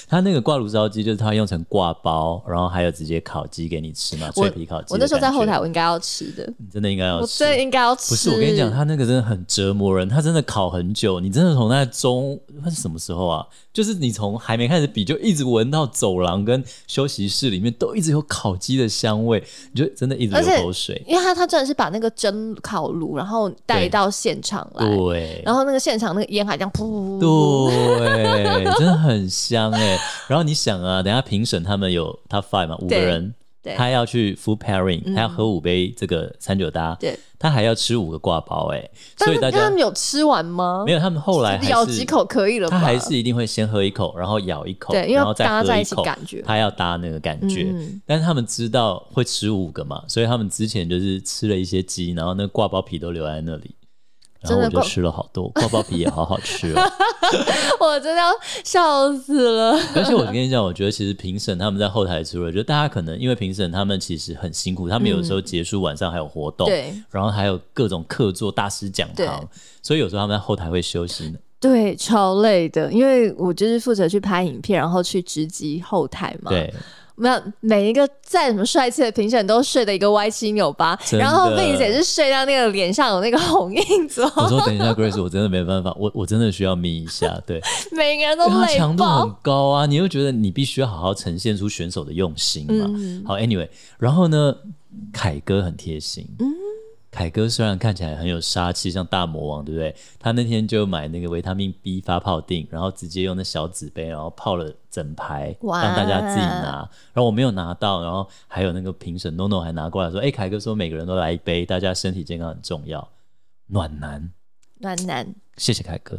Speaker 1: 他那个挂炉烧鸡就是他用成挂包，然后还有直接烤鸡给你吃嘛，脆皮烤鸡。
Speaker 2: 我那时候在后台，，我应该要吃
Speaker 1: (laughs)
Speaker 2: 的，
Speaker 1: 你真的应该要
Speaker 2: 我
Speaker 1: 吃
Speaker 2: 真。的应该要吃。
Speaker 1: 不哦是，我跟你讲，他那个真的很折磨人，他真的烤很久，你真的从那中那是什么时候啊？就是你从还没开始比，就一直闻到走廊跟休息室里面都一直有烤鸡的香味，你就真的一直
Speaker 2: 而且
Speaker 1: 流口水。
Speaker 2: 因为他他真的是把那个蒸烤炉，然后带到现场来，
Speaker 1: 对，
Speaker 2: 然后那个现场那个烟还这样噗噗噗噗噗，
Speaker 1: 对，真的很香哎。然后你想啊，等一下评审他们有 top five 嘛，五个
Speaker 2: 对
Speaker 1: 人，
Speaker 2: 对嗯
Speaker 1: 他要去 food pairing，他要喝五杯这个餐酒搭，
Speaker 2: 对，
Speaker 1: 他还要吃五个挂包哎，所
Speaker 2: 但
Speaker 1: 以
Speaker 2: 是
Speaker 1: 大
Speaker 2: 他
Speaker 1: 家
Speaker 2: 们有吃完吗？
Speaker 1: 没有，他们后来还是
Speaker 2: 咬几口可以了吧？
Speaker 1: 他还是一定会先喝一口，然后咬一口，
Speaker 2: 对因为
Speaker 1: 然后再
Speaker 2: 搭
Speaker 1: 喝
Speaker 2: 在
Speaker 1: 一
Speaker 2: 一起
Speaker 1: 口，
Speaker 2: 感觉
Speaker 1: 他要搭那个感觉。
Speaker 2: 嗯
Speaker 1: 但是他们知道会吃五个嘛，所以他们之前就是吃了一些鸡，然后那挂包皮都留在那里。然后
Speaker 2: 真的
Speaker 1: 我就
Speaker 2: 逛
Speaker 1: 吃了好多，泡泡皮也好好吃
Speaker 2: (laughs)
Speaker 1: 哦。
Speaker 2: (laughs) 我真的要笑死了。
Speaker 1: 而且我跟你讲，我觉得其实评审他们在后台除了，就大家可能因为评审他们其实很辛苦，他们有时候结束晚上还有活动，
Speaker 2: 对
Speaker 1: 然后还有各种课座、大师讲
Speaker 2: 对
Speaker 1: 堂，所以有时候他们在后台会休息呢。
Speaker 2: 对，超累的，因为我就是负责去拍影片，然后去直击后台嘛。，
Speaker 1: 对，
Speaker 2: 没有每一个再怎么帅气的评审都睡得一个歪七扭八，
Speaker 1: 真的
Speaker 2: 然后并且是睡到那个脸上有那个 (laughs) 红印子哦，
Speaker 1: 我说等一下，Grace，我真的没办法，我我真的需要眯一
Speaker 2: (laughs)
Speaker 1: 下。对，
Speaker 2: 每个人都
Speaker 1: 因为它
Speaker 2: 累
Speaker 1: 强度
Speaker 2: 爆
Speaker 1: 很。高啊，你又觉得你必须要好好呈现出选手的用心嘛。
Speaker 2: 嗯
Speaker 1: 好，Anyway，然后呢，凯哥很贴心。
Speaker 2: 嗯
Speaker 1: 凯哥虽然看起来很有杀气，像大魔王，对不对？他那天就买那个维他命 B 发泡锭，然后直接用那小纸杯，然后泡了整排，
Speaker 2: 哇
Speaker 1: 让大家自己拿。然后我没有拿到，然后还有那个评审 NONO 还拿过来说：“哎、凯哥说每个人都来一杯，大家身体健康很重要。”暖男，
Speaker 2: 暖男，
Speaker 1: 谢谢凯
Speaker 2: (laughs)
Speaker 1: 哥。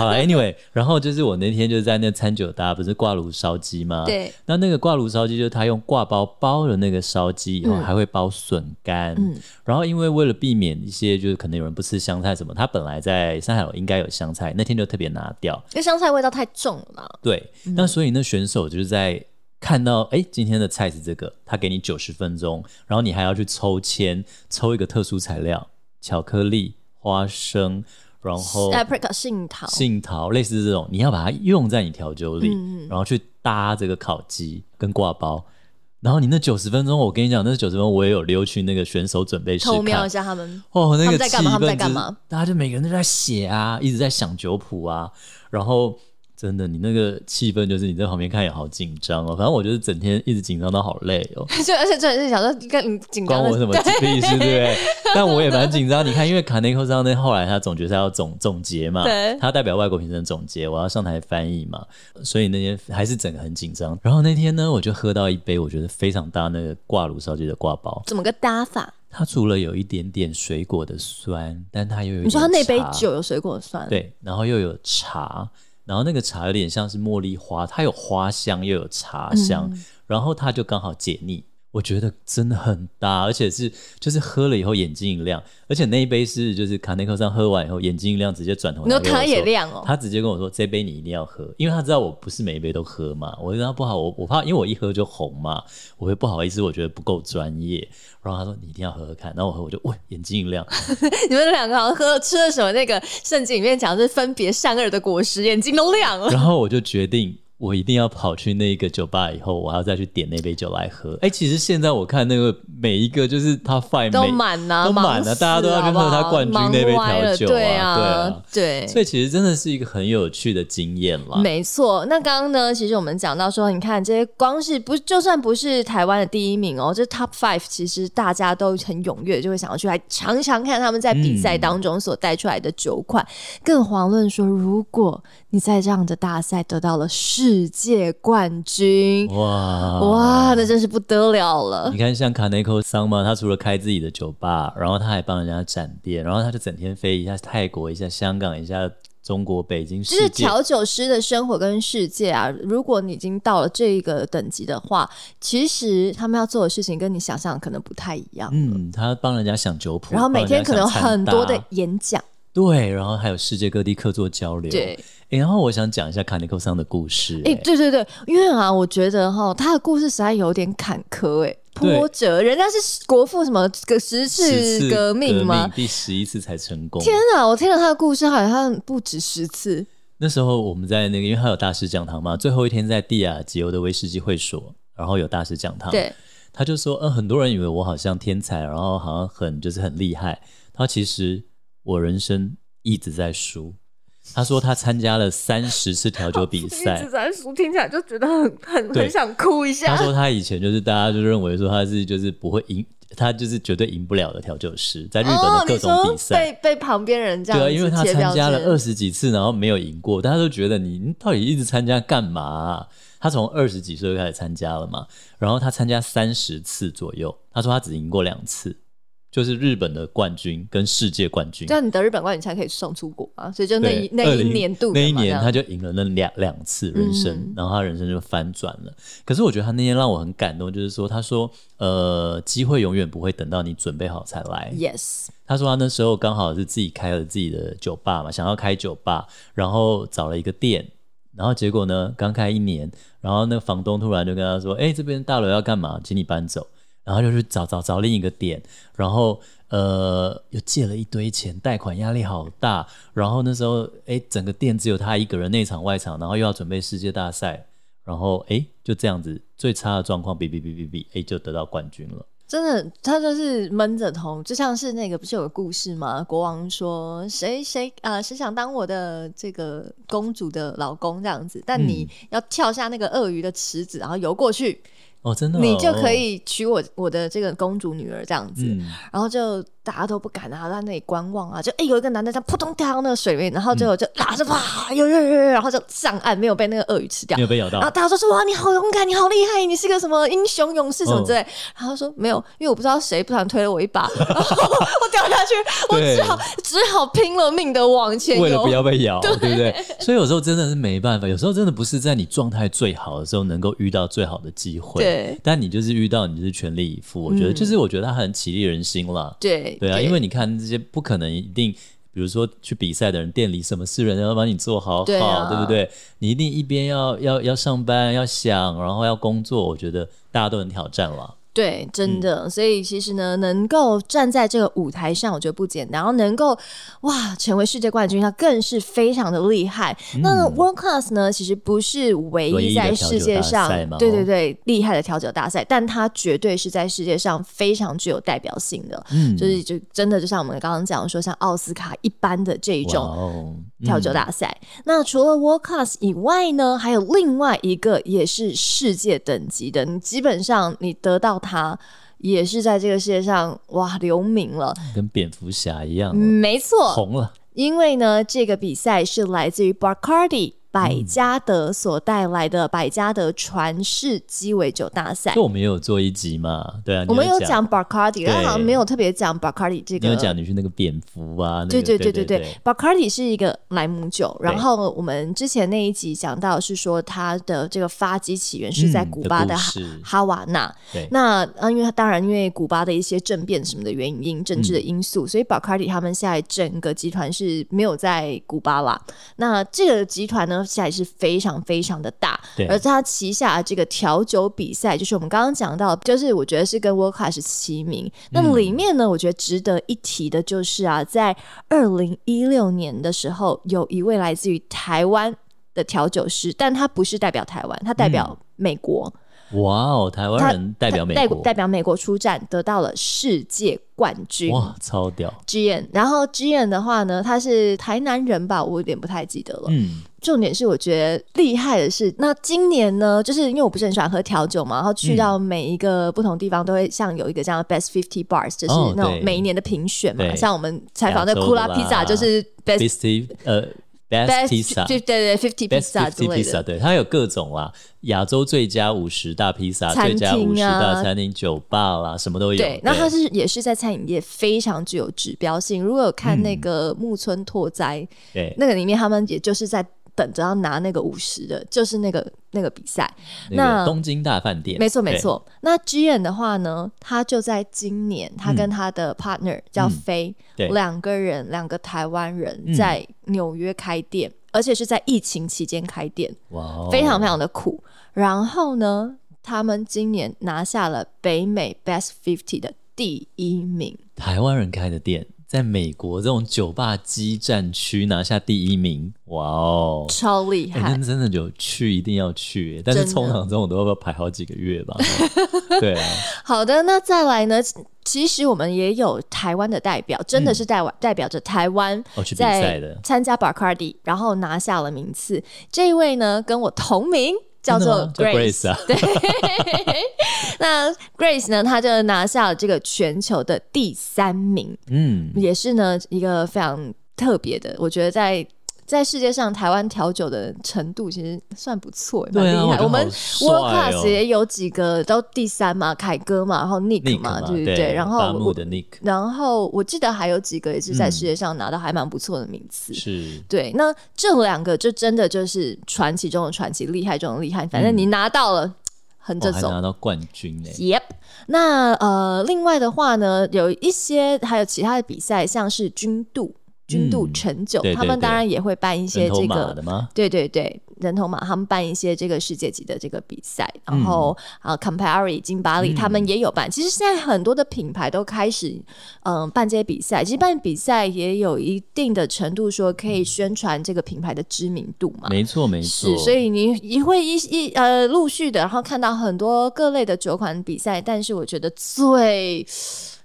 Speaker 1: 好啦，Anyway，然后就是我那天就在那餐酒搭，不是挂炉烧鸡吗？。
Speaker 2: 对，
Speaker 1: 那那个挂炉烧鸡，就是他用挂包包了那个烧鸡以后，
Speaker 2: 嗯
Speaker 1: 还会包笋干。
Speaker 2: 嗯
Speaker 1: 然后因为为了避免一些就是可能有人不吃香菜什么，他本来在上海楼应该有香菜，那天就特别拿掉。
Speaker 2: 因为香菜味道太重了啦。
Speaker 1: 对，那所以呢，选手就是在看到哎、诶今天的菜是这个，他给你九十分钟，然后你还要去抽签，抽一个特殊材料，巧克力、花生，然后
Speaker 2: 哎，不是，杏桃，
Speaker 1: 杏桃类似这种，你要把它用在你调酒里，
Speaker 2: 嗯
Speaker 1: 然后去搭这个烤鸡跟挂包。然后你那九十分钟，我跟你讲，那九十分钟我也有溜去那个选手准备室
Speaker 2: 偷瞄
Speaker 1: 看
Speaker 2: 一，下他们。 (laughs)
Speaker 1: 哦，那
Speaker 2: 他
Speaker 1: 个
Speaker 2: 们
Speaker 1: 气
Speaker 2: 在干嘛他
Speaker 1: 氛
Speaker 2: 们在
Speaker 1: 真
Speaker 2: 干
Speaker 1: 是
Speaker 2: 嘛？
Speaker 1: 大家就每个人都在写啊，一直在想酒谱啊，然后真的，你那个气氛就是你在旁边看也好紧张哦。反正我就是整天一直紧张到好累哦，
Speaker 2: 就而且真的是想说，更紧
Speaker 1: 关
Speaker 2: 张
Speaker 1: 我
Speaker 2: 的
Speaker 1: 什么屁事对不对？但我也蛮紧张，你看，因为卡内克上那后来他总决赛要总总结嘛
Speaker 2: 对，
Speaker 1: 他代表外国评审总结，我要上台翻译嘛，所以那天还是整个很紧张。然后那天呢，我就喝到一杯我觉得非常搭那个挂炉烧鸡的挂包，
Speaker 2: (laughs) 怎么个搭法？
Speaker 1: 它除了有一点点水果的酸，但它又有一
Speaker 2: 你说他
Speaker 1: 点
Speaker 2: 那杯
Speaker 1: 茶
Speaker 2: 酒有水果酸，，
Speaker 1: 对，然后又有茶，然后那个茶有点像是茉莉花，它有花香又有茶
Speaker 2: 嗯
Speaker 1: 香，然后它就刚好解腻。我觉得真的很搭，而且是就是喝了以后眼睛一亮，而且那一杯是就是卡内克上喝完以后眼睛一亮，直接转头
Speaker 2: 你
Speaker 1: 拿
Speaker 2: 说
Speaker 1: 给我
Speaker 2: 他也
Speaker 1: 说
Speaker 2: 亮哦，
Speaker 1: 他直接跟我说：“这杯你一定要喝，因为他知道我不是每一杯都喝嘛。”我就跟他不好，我我怕，因为我一喝就红嘛，我会不好意思，我觉得不够专业。然后他说：“你一定要喝喝看。”然后我喝，我就哇，眼睛一亮，
Speaker 2: 你们两个好像喝吃了什么？那个圣经里面讲是分别善恶的果实，眼睛都亮 (laughs) 了。
Speaker 1: 然后我就决定，我一定要跑去那个酒吧，以后我还要再去点那杯酒来喝。哎、其实现在我看那个每一个就是他 five
Speaker 2: 都
Speaker 1: 每
Speaker 2: 满啊，
Speaker 1: 都满
Speaker 2: 忙
Speaker 1: 了
Speaker 2: 死
Speaker 1: 大家都要去
Speaker 2: 好不
Speaker 1: 喝他
Speaker 2: 好
Speaker 1: 冠军那杯
Speaker 2: 忙歪
Speaker 1: 调
Speaker 2: 了
Speaker 1: 酒啊
Speaker 2: 对
Speaker 1: 对
Speaker 2: 啊
Speaker 1: 啊，
Speaker 2: 对
Speaker 1: 所以其实真的是一个很有趣的经验啦。
Speaker 2: 没错，那刚刚呢？其实我们讲到说，你看这些光是不就算不是台湾的第一名哦，这 Top Five 其实大家都很踊跃，就会想要去来尝尝看他们在比赛
Speaker 1: 嗯
Speaker 2: 当中所带出来的酒款，更遑论说，如果你在这样的大赛得到了世界冠军，
Speaker 1: 哇！
Speaker 2: 哇，那真是不得了了
Speaker 1: 你。看，像卡内克桑嘛，他除了开自己的酒吧，然后他还帮人家展店，然后他就整天飞一下泰国，一下香港，一下中国北京，
Speaker 2: 就
Speaker 1: 世
Speaker 2: 是
Speaker 1: 界
Speaker 2: 调酒师的生活跟世界啊，如果你已经到了这一个等级的话，其实他们要做的事情跟你想象的可能不太一样。
Speaker 1: 嗯，他帮人家想酒谱，
Speaker 2: 然后每天可能有
Speaker 1: 帮人家想
Speaker 2: 很多
Speaker 1: 餐
Speaker 2: 的
Speaker 1: 搭
Speaker 2: 演讲，
Speaker 1: 对，然后还有世界各地客座交流。
Speaker 2: 对，
Speaker 1: 诶然后我想讲一下卡尼克桑的故事、
Speaker 2: 哎、
Speaker 1: 诶
Speaker 2: 对对对，因为啊，我觉得哈，他的故事实在有点坎坷、哎，
Speaker 1: 对
Speaker 2: 波折。人家是国父什么个十
Speaker 1: 十
Speaker 2: 次
Speaker 1: 次
Speaker 2: 革命吗？
Speaker 1: 第十一次才成功。
Speaker 2: 天啊，我听了他的故事，好像不止十次。
Speaker 1: 那时候我们在那个，因为他有大师讲堂嘛，最后一天在蒂亚吉欧的威士忌会所，然后有大师讲堂。，
Speaker 2: 对，
Speaker 1: 他就说，嗯，很多人以为我好像天才，然后好像很就是很厉害。他说其实我人生一直在输。他说他参加了三十次调酒
Speaker 2: (laughs)
Speaker 1: 比赛，
Speaker 2: 在书，听起来就觉得很很
Speaker 1: 对很
Speaker 2: 想哭一
Speaker 1: 他说他以前就是大家就认为说他是就是不会赢，他就是绝对赢不了的调酒师，在日本的各种比赛。
Speaker 2: 哦、你说被被旁边人这样
Speaker 1: 对啊，
Speaker 2: 子
Speaker 1: 因为他
Speaker 2: 贴标
Speaker 1: 参加了
Speaker 2: 签
Speaker 1: 二十几次，然后没有赢过，大家都觉得你你到底一直参加干嘛啊、他从二十几岁就开始参加了嘛，然后他参加三十次左右，他说他只赢过两次，就是日本的冠军跟世界冠军
Speaker 2: 这。样你得日本冠军才可以送出国啊，所以就那一
Speaker 1: 对
Speaker 2: 那一年度
Speaker 1: 20
Speaker 2: 的
Speaker 1: 那
Speaker 2: 嘛
Speaker 1: 一年
Speaker 2: 这
Speaker 1: 他
Speaker 2: 样
Speaker 1: 就赢了那两两次人生，
Speaker 2: 嗯
Speaker 1: 然后他人生就翻转了。可是我觉得他那天让我很感动，就是说他说呃，机会永远不会等到你准备好才来。
Speaker 2: yes，
Speaker 1: 他说他那时候刚好是自己开了自己的酒吧嘛，想要开酒吧，然后找了一个店，然后结果呢，刚开一年，然后那个房东突然就跟他说：“哎、这边大楼要干嘛？请你搬走。”然后就去找找找另一个店，然后呃又借了一堆钱，贷款压力好大。然后那时候哎，整个店只有他一个人内场外场，然后又要准备世界大赛，然后哎就这样子，最差的状况比比比比比，哎就得到冠军了。
Speaker 2: 真的他就是闷着头，就像是那个不是有个故事吗？国王说谁谁啊谁想当我的这个公主的老公这样子，但你
Speaker 1: 嗯
Speaker 2: 要跳下那个鳄鱼的池子，然后游过去，
Speaker 1: 哦，真的哦、
Speaker 2: 你就可以娶我我的这个公主女儿这样子。
Speaker 1: 嗯。
Speaker 2: 然后就大家都不敢啊，在那里观望啊，就哎、有一个男的这样扑通跳到那个水里面，然后就
Speaker 1: 嗯
Speaker 2: 就拉着哇，有有有有，然后就上岸，没有被那个鳄鱼吃掉
Speaker 1: 没。有被咬到
Speaker 2: 然后。大家都说哇，你好勇敢，你好厉害，你是个什么英雄勇士什么之类。
Speaker 1: 嗯
Speaker 2: 然后他说没有，因为我不知道谁不小心推了我
Speaker 1: (laughs)
Speaker 2: 一把，然后我掉下去，我
Speaker 1: 对
Speaker 2: 只好只好拼了命的往前
Speaker 1: 为了不
Speaker 2: 游。
Speaker 1: 要被
Speaker 2: (laughs)
Speaker 1: 咬，对不对？所以有时候真的是没办法，有时候真的不是在你状态最好的时候能够遇到最好的机会。
Speaker 2: 对，
Speaker 1: 但你就是遇到，你就是全力以赴。我觉得，
Speaker 2: 嗯
Speaker 1: 就是我觉得他很激励人心啦。
Speaker 2: 对
Speaker 1: 对啊，因为你看这些不可能一定，比如说去比赛的人，店里什么事人要帮你做好好，
Speaker 2: 对啊
Speaker 1: 不对？你一定一边要要要上班，要想，然后要工作，我觉得大家都很挑战啦。
Speaker 2: 对，真的，
Speaker 1: 嗯
Speaker 2: 所以其实呢，能够站在这个舞台上，我觉得不简单。然后能够哇成为世界冠军，那更是非常的厉害。
Speaker 1: 嗯
Speaker 2: 那 World Class 呢，其实不是唯
Speaker 1: 唯
Speaker 2: 一
Speaker 1: 一
Speaker 2: 在
Speaker 1: 的调
Speaker 2: 世
Speaker 1: 酒
Speaker 2: 界
Speaker 1: 大
Speaker 2: 上
Speaker 1: 赛嘛
Speaker 2: 对对
Speaker 1: 哦
Speaker 2: 对厉害的调酒大赛，但它绝对是在世界上非常具有代表性的。
Speaker 1: 嗯，
Speaker 2: 就是就真的就像我们刚刚讲说，像奥斯卡一般的这一
Speaker 1: 哇
Speaker 2: 种
Speaker 1: 哦，
Speaker 2: 调酒大赛。那除了 World Class 以外呢，还有另外一个也是世界等级的，你基本上你得到它。也是在这个世界上哇留名了，
Speaker 1: 嗯跟蝙蝠侠一样了，
Speaker 2: 没错，
Speaker 1: 红了。
Speaker 2: 因为呢这个比赛是来自于 Bacardi 百加得所带来的百加得传世鸡尾酒大赛
Speaker 1: 就。我们也有做一集嘛，对啊，你
Speaker 2: 我们有
Speaker 1: 讲
Speaker 2: 讲 Bacardi，但好像没有特别讲 Bacardi 这
Speaker 1: 你
Speaker 2: 个
Speaker 1: 有讲你去那个蝙蝠啊，那个
Speaker 2: 对
Speaker 1: 对
Speaker 2: 对对
Speaker 1: 对
Speaker 2: 对对，Bacardi 是一个莱姆酒，
Speaker 1: 对
Speaker 2: 然后我们之前那一集讲到是说它的这个发迹起源是在
Speaker 1: 嗯
Speaker 2: 古
Speaker 1: 的
Speaker 2: 巴
Speaker 1: 故
Speaker 2: 的哈
Speaker 1: 事
Speaker 2: 哈瓦那。
Speaker 1: 对
Speaker 2: 那啊，因为它当然因为古巴的一些政变什么的原因、政治的
Speaker 1: 嗯
Speaker 2: 因素，所以 Bacardi 他们现在整个集团是没有在古巴啦。那这个集团呢，现在是非常非常的大，
Speaker 1: 对
Speaker 2: 而它旗下的这个调酒比赛，就是我们刚刚讲到，就是我觉得是跟 World Class 齐名。
Speaker 1: 嗯
Speaker 2: 那里面呢，我觉得值得一提的就是啊，在二零一六年的时候，有一位来自于台湾的调酒师，但他不是代表台湾，他代表美国。
Speaker 1: 哇哦，台湾人嗯代表美
Speaker 2: 代
Speaker 1: 国，
Speaker 2: 代表美国出战，得到了世界冠军。
Speaker 1: 哇，超屌，
Speaker 2: Gian，然后 Gian 的话呢，他是台南人吧，我有点不太记得了。
Speaker 1: 嗯，
Speaker 2: 重点是我觉得厉害的是，那今年呢，就是因为我不是很喜欢喝调酒嘛，然后去到每一个不同地方都会像有一个这样的 Best Fifty Bars，就是
Speaker 1: 哦
Speaker 2: 那种
Speaker 1: 对
Speaker 2: 每一年的评选嘛，
Speaker 1: 对
Speaker 2: 像我们采访的
Speaker 1: 亚洲的
Speaker 2: Kula
Speaker 1: 啦
Speaker 2: Pizza 就是 Best。
Speaker 1: ，best 呃 best
Speaker 2: Best
Speaker 1: pizza。
Speaker 2: 对对对，Fifty
Speaker 1: Best
Speaker 2: Pizza 之
Speaker 1: fifty
Speaker 2: 类的
Speaker 1: pizza，，对，它有各种啦，亚洲最佳五十大披萨、
Speaker 2: 餐
Speaker 1: 最佳
Speaker 2: 厅啊
Speaker 1: 五十大餐厅、酒吧啦，什么都有。
Speaker 2: 对，那它是也是在餐饮业非常具有指标性。如果有
Speaker 1: 嗯
Speaker 2: 看那个木村拓哉，
Speaker 1: 对
Speaker 2: 那个里面他们也就是在等着要拿那个五十的，就是那个那个比赛。
Speaker 1: 那
Speaker 2: 那
Speaker 1: 个东京大饭店，
Speaker 2: 没错没
Speaker 1: 对，
Speaker 2: 错。那 Gian 的话呢，他就在今年，他跟他的 partner 叫飞，
Speaker 1: 嗯对
Speaker 2: 两个人，两个台湾人
Speaker 1: 嗯
Speaker 2: 在纽约开店，而且是在疫情期间开店，
Speaker 1: 哇哦，
Speaker 2: 非常非常的苦。然后呢，他们今年拿下了北美 Best Fifty 的第一名。
Speaker 1: 台湾人开的店，在美国这种酒吧基站区拿下第一名，哇哦，
Speaker 2: 超厉
Speaker 1: 哎、
Speaker 2: 害！
Speaker 1: 那真的有去一定要去，但是
Speaker 2: 真的
Speaker 1: 冲浪这种都要排好几个月
Speaker 2: (laughs)
Speaker 1: 吧？对啊，
Speaker 2: 好的，那再来呢？其实我们也有台湾的代表，真的是代代表着台湾
Speaker 1: 哦嗯去比赛
Speaker 2: 在
Speaker 1: 的
Speaker 2: 参加 Bacardi，然后拿下了名次。这一位呢，跟我同名，叫做
Speaker 1: 真的吗叫 Grace 啊，对，
Speaker 2: 那 Grace 呢，她就拿下了这个全球的第三名，
Speaker 1: 嗯，
Speaker 2: 也是呢一个非常特别的，我觉得在。在世界上台湾调酒的程度其实算不错，蛮
Speaker 1: 对啊
Speaker 2: 厉害。
Speaker 1: 我觉得
Speaker 2: 们
Speaker 1: 好
Speaker 2: World
Speaker 1: 帅
Speaker 2: Class
Speaker 1: 哦
Speaker 2: 也有几个都第三嘛，凯哥嘛，然后 Nick
Speaker 1: Nick 嘛，
Speaker 2: 嘛，对
Speaker 1: 对
Speaker 2: 对，然后
Speaker 1: 巴
Speaker 2: 我
Speaker 1: 木的 Nick
Speaker 2: 然后我记得还有几个也是在
Speaker 1: 嗯
Speaker 2: 世界上拿到还蛮不错的名次。
Speaker 1: 是
Speaker 2: 对，那这两个就真的就是传奇中的传奇，厉害中的厉害。反正你拿到了，横
Speaker 1: 嗯我
Speaker 2: 着
Speaker 1: 哦还
Speaker 2: 走。
Speaker 1: 拿到冠军嘞，
Speaker 2: Yep，那呃，另外的话呢，有一些还有其他的比赛，像是军渡、军渡
Speaker 1: 嗯
Speaker 2: 陈酒，
Speaker 1: 对
Speaker 2: 他们
Speaker 1: 对
Speaker 2: 当
Speaker 1: 对
Speaker 2: 然也会办一些
Speaker 1: 人头
Speaker 2: 这
Speaker 1: 马
Speaker 2: 个
Speaker 1: 的吗？
Speaker 2: 对对对，人头马他们办一些这个世界级的这个比赛，然后、
Speaker 1: 嗯
Speaker 2: 啊，Campari、金巴利他们也有办。其实现在很多的品牌都开始嗯、办这些比赛，其实办比赛也有一定的程度说可以宣传这个品牌的知名度嘛。
Speaker 1: 没错没错，
Speaker 2: 是，所以你也会一一呃陆续的，然后看到很多各类的酒款比赛，但是我觉得最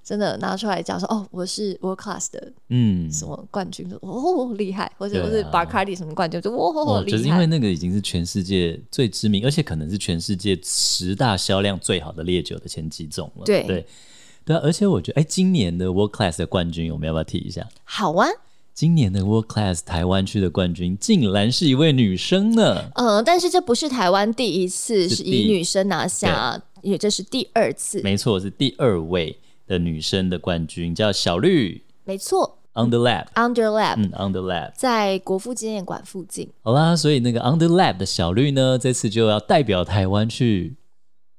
Speaker 2: 真的拿出来讲说，哦，我是 World Class 的
Speaker 1: 嗯，
Speaker 2: 什么冠军，就哦厉害，或者
Speaker 1: 对
Speaker 2: 我是
Speaker 1: 啊
Speaker 2: Bacardi 什么冠军，就哦
Speaker 1: 哦，
Speaker 2: 厉害。
Speaker 1: 就是因为那个已经是全世界最知名，而且可能是全世界十大销量最好的烈酒的前几种了。
Speaker 2: 对
Speaker 1: 对对啊！而且我觉得，哎，今年的 World Class 的冠军，我们要不要提一下？
Speaker 2: 好啊，
Speaker 1: 今年的 World Class 台湾区的冠军，竟然是一位女生呢！
Speaker 2: 呃，但是这不是台湾第一次
Speaker 1: 是
Speaker 2: 是
Speaker 1: 第
Speaker 2: 以女生拿下，也这是第二次，没
Speaker 1: 没错，是第二位的女生的冠军，叫小绿
Speaker 2: 错
Speaker 1: Underlap。
Speaker 2: ，Underlab、
Speaker 1: 嗯，Underlab。
Speaker 2: 在国父纪念馆附近，
Speaker 1: 好啦，所以那个 Underlab 的小绿呢，这次就要代表台湾去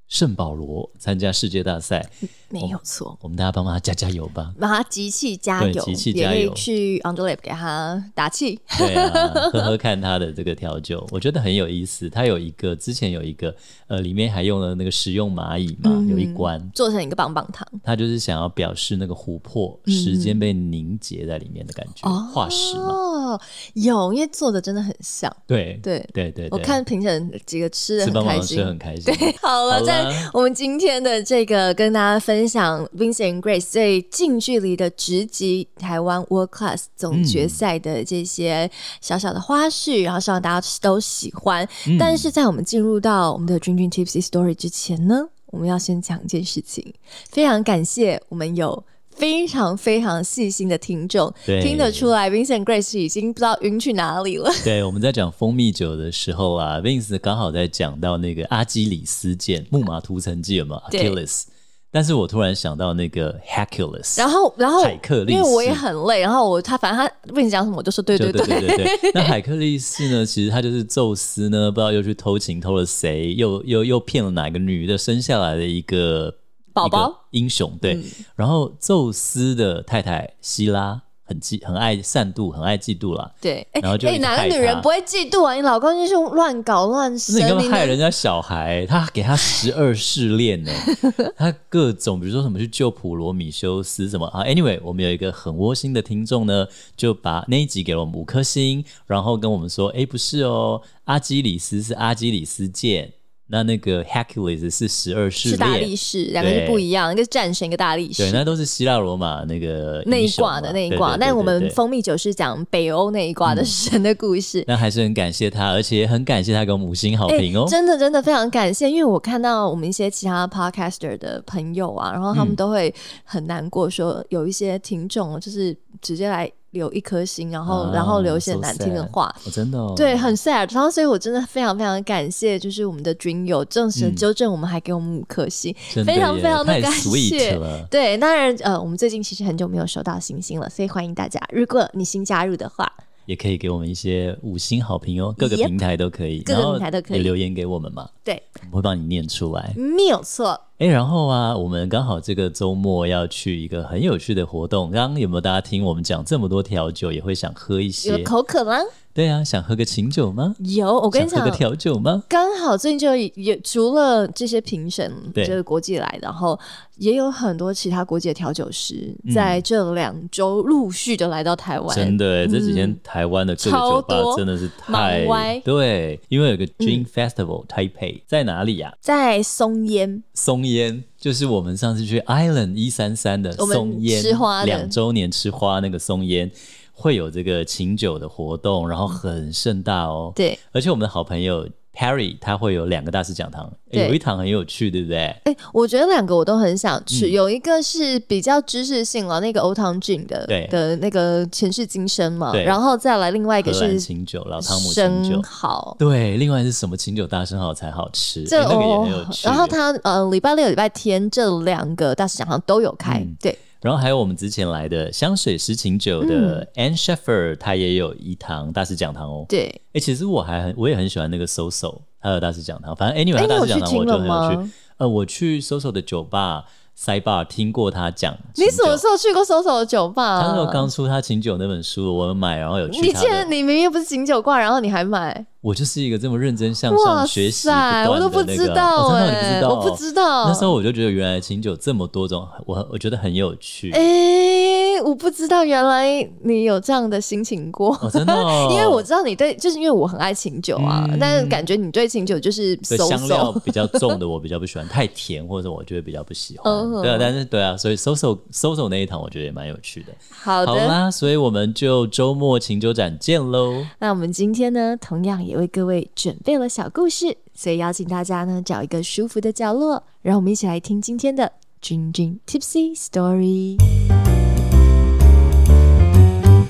Speaker 1: 圣保罗参加世界大赛，
Speaker 2: 没有
Speaker 1: 哦
Speaker 2: 错。
Speaker 1: 我们大家帮忙她加加油吧。
Speaker 2: 把他集气加
Speaker 1: 对
Speaker 2: 油，
Speaker 1: 集气
Speaker 2: 也
Speaker 1: 加
Speaker 2: 可以
Speaker 1: 油
Speaker 2: 去 Underlab 给他打气。
Speaker 1: (laughs) 对啊，喝喝看他的这个调酒，我觉得很有意思。他有一个之前有一个呃，里面还用了那个食用蚂蚁嘛，
Speaker 2: 嗯
Speaker 1: 有一关，
Speaker 2: 做成一个棒棒糖
Speaker 1: 他就是想要表示那个琥珀时间被凝结在里面的感觉，化石嘛。
Speaker 2: 哦，有，因为做的真的很像。
Speaker 1: 对
Speaker 2: 对，
Speaker 1: 对对对，
Speaker 2: 我看评审几个吃
Speaker 1: 吃
Speaker 2: 的很
Speaker 1: 棒棒
Speaker 2: 开
Speaker 1: 糖
Speaker 2: 心，
Speaker 1: 吃很开心。
Speaker 2: 好了，
Speaker 1: 好啦
Speaker 2: 在 (laughs) 我们今天的这个跟大家分享 Vincent Grace 最近距离的直击台湾 World Class 总决赛的这些小小的花絮，然后希望大家都喜欢。
Speaker 1: 嗯
Speaker 2: 但是在我们进入到我们的君君 Tipsy Story 之前呢，我们要先讲一件事情，非常感谢我们有。非常非常细心的听众，
Speaker 1: 对
Speaker 2: 听得出来，Vincent Grace 已经不知道晕去哪里
Speaker 1: (laughs)
Speaker 2: 了。
Speaker 1: 对，我们在讲蜂蜜酒的时候啊，Vince 刚好在讲到那个阿基里斯腱、木马屠城记有没有
Speaker 2: 对
Speaker 1: ？Achilles，但是我突然想到那个 Hercules，
Speaker 2: 然后，然后
Speaker 1: 海克，力
Speaker 2: 因为我
Speaker 1: 士
Speaker 2: 也很累，然后我他反正他问你讲什么，我就说对
Speaker 1: 就
Speaker 2: 对
Speaker 1: 对对对对。那海克力士呢？其实他就是宙斯呢，不知道又去偷情偷了谁，又又又骗了哪个女的生下来的一个
Speaker 2: 宝宝嗯
Speaker 1: 一个英雄。对，然后宙斯的太太希拉很嫉很爱善妒，很爱嫉妒啦。
Speaker 2: 对，哎
Speaker 1: 然后就一
Speaker 2: 哎，
Speaker 1: 直
Speaker 2: 哪个
Speaker 1: 害
Speaker 2: 女人
Speaker 1: 他
Speaker 2: 不会嫉妒啊？你老公就是乱搞乱生，
Speaker 1: 那你干嘛害
Speaker 2: 能
Speaker 1: 人家小孩？他给他十二试炼呢，
Speaker 2: (laughs)
Speaker 1: 他各种比如说什么去救普罗米修斯什么啊。Anyway，我们有一个很窝心的听众呢，就把那一集给了我们五颗星，然后跟我们说，哎，不是哦，阿基里斯是阿基里斯腱，那那个 Hercules 是十二试
Speaker 2: 是大力
Speaker 1: 炼。
Speaker 2: 士，两个是不一样，一个是战神，一个大力
Speaker 1: 对，
Speaker 2: 士。
Speaker 1: 那都是希腊罗马那个
Speaker 2: 那一
Speaker 1: 英雄
Speaker 2: 卦
Speaker 1: 嘛
Speaker 2: 的那一
Speaker 1: 对
Speaker 2: 卦，
Speaker 1: 对对
Speaker 2: 但我
Speaker 1: 对
Speaker 2: 们
Speaker 1: 对
Speaker 2: 蜂蜜酒是讲北欧那一卦的神的故事。
Speaker 1: 那还是很感谢他，而且也很感谢他给我们五星好
Speaker 2: 哎、
Speaker 1: 评哦。
Speaker 2: 真的真的非常感谢，因为我看到我们一些其他 podcaster 的朋友啊，然后
Speaker 1: 嗯
Speaker 2: 他们都会很难过，说有一些听众就是直接来留一颗星，然后、然后留一些
Speaker 1: 啊 so
Speaker 2: 难听的
Speaker 1: sad
Speaker 2: 话。
Speaker 1: 哦真的哦，
Speaker 2: 对，很 sad。然后，所以我真的非常非常感谢，就是我们的军友正式
Speaker 1: 嗯
Speaker 2: 纠正我们，还给我们五颗星，
Speaker 1: 真的
Speaker 2: 非常
Speaker 1: 耶
Speaker 2: 非常的
Speaker 1: 太
Speaker 2: 感
Speaker 1: sweet
Speaker 2: 谢。
Speaker 1: 了。
Speaker 2: 对，当然，呃，我们最近其实很久没有收到星星了，所以欢迎大家，如果你新加入的话，
Speaker 1: 也可以给我们一些五星好评哦，各个
Speaker 2: Yep
Speaker 1: 平台都可以，
Speaker 2: 各个
Speaker 1: 然后
Speaker 2: 平台都可以
Speaker 1: 也留言给我们嘛，
Speaker 2: 对，
Speaker 1: 我们会帮你念出来。
Speaker 2: 没有错，
Speaker 1: 哎，然后啊，我们刚好这个周末要去一个很有趣的活动，刚刚有没有大家听我们讲这么多调酒，也会想喝一
Speaker 2: 有
Speaker 1: 些？
Speaker 2: 口渴吗？
Speaker 1: 对啊，想喝个琴酒吗？
Speaker 2: 有，我
Speaker 1: 我
Speaker 2: 跟你
Speaker 1: 想喝
Speaker 2: 讲
Speaker 1: 个。调酒吗？
Speaker 2: 刚好最近就也除了这些评审，
Speaker 1: 对
Speaker 2: 就是国际来的，然后也有很多其他国际的调酒师、在这两周陆续的来到台
Speaker 1: 嗯
Speaker 2: 湾，
Speaker 1: 真的耶，这几天台湾的各个
Speaker 2: 嗯超
Speaker 1: 酒
Speaker 2: 多
Speaker 1: 吧真的是太
Speaker 2: 忙歪嗯
Speaker 1: 对，因为有个 Dream Festival、Taipei 在哪里呀、
Speaker 2: 在松烟，
Speaker 1: 松烟，就是我们上次去 Island 一三三的
Speaker 2: 我们
Speaker 1: 松烟，
Speaker 2: 吃花的
Speaker 1: 两周年吃花那个松烟，会有这个请酒的活动，然后很盛大哦。
Speaker 2: 对，
Speaker 1: 而且我们的好朋友 Perry 它会有两个大师讲堂，
Speaker 2: 对
Speaker 1: 诶有一堂很有趣，对不对？
Speaker 2: 哎、我觉得两个我都很想去，
Speaker 1: 嗯
Speaker 2: 有一个是比较知识性了，那个欧唐俊的
Speaker 1: 对
Speaker 2: 的那个前世今生嘛，
Speaker 1: 对
Speaker 2: 然后再来另外一个
Speaker 1: 荷兰
Speaker 2: 是
Speaker 1: 清酒，老汤姆清
Speaker 2: 生
Speaker 1: 酒，
Speaker 2: 蚝。
Speaker 1: 对，另外是什么清酒大生蚝才好吃，
Speaker 2: 这
Speaker 1: 诶那个也
Speaker 2: 哦
Speaker 1: 很有，趣。
Speaker 2: 然后他呃，礼拜六、礼拜天这两个大师讲堂都有开，
Speaker 1: 嗯
Speaker 2: 对，
Speaker 1: 然后还有我们之前来的香水诗情酒的
Speaker 2: 嗯
Speaker 1: Anne Sheffer，他也有一堂大师讲堂哦。
Speaker 2: 对，
Speaker 1: 哎、其实我还很我也很喜欢那个 Soso，他的大师讲堂。反正 anyway，他
Speaker 2: 哎
Speaker 1: 大
Speaker 2: 你有
Speaker 1: 师讲
Speaker 2: 去
Speaker 1: 堂
Speaker 2: 听
Speaker 1: 我就
Speaker 2: 了
Speaker 1: 很有
Speaker 2: 吗
Speaker 1: 去。呃，我去 Soso 的酒吧 Side Bar 听过他讲琴
Speaker 2: 你
Speaker 1: 酒。
Speaker 2: 什么时候去过搜索的酒吧、
Speaker 1: 他那时候
Speaker 2: 啊？
Speaker 1: 刚出他琴酒那本书，我有买，然后有去
Speaker 2: 你
Speaker 1: 他
Speaker 2: 竟然
Speaker 1: 的。
Speaker 2: 你明明不是醒酒挂，然后你还买，
Speaker 1: 我就是一个这么认真向
Speaker 2: 哇
Speaker 1: 上学习不断
Speaker 2: 塞，
Speaker 1: 的
Speaker 2: 我都不
Speaker 1: 那
Speaker 2: 知
Speaker 1: 个
Speaker 2: 道
Speaker 1: 哦真的你不
Speaker 2: 哎、
Speaker 1: 知道哦、
Speaker 2: 我不知道。
Speaker 1: 那时候我就觉得原来琴酒这么多种，我我觉得很有趣。
Speaker 2: 哎、我不知道原来你有这样的心情过。
Speaker 1: 哦，真的哦、
Speaker 2: (laughs) 因为我知道你对，就是因为我很爱清酒啊，
Speaker 1: 嗯
Speaker 2: 但是感觉你对清酒就是
Speaker 1: 对
Speaker 2: 搜
Speaker 1: 香料
Speaker 2: 搜，
Speaker 1: 比较重的，我比较不喜欢，太甜或者我就会比较不喜欢。
Speaker 2: 嗯
Speaker 1: 对啊，但是对啊，所以 Soso Soso 那一堂我觉得也蛮有趣的。
Speaker 2: 好
Speaker 1: 好
Speaker 2: 的，
Speaker 1: 啦，所以我们就周末琴酒展见喽。
Speaker 2: 那我们今天呢，同样也为各位准备了小故事，所以邀请大家呢找一个舒服的角落，让我们一起来听今天的 Dream Dream Tipsy Story。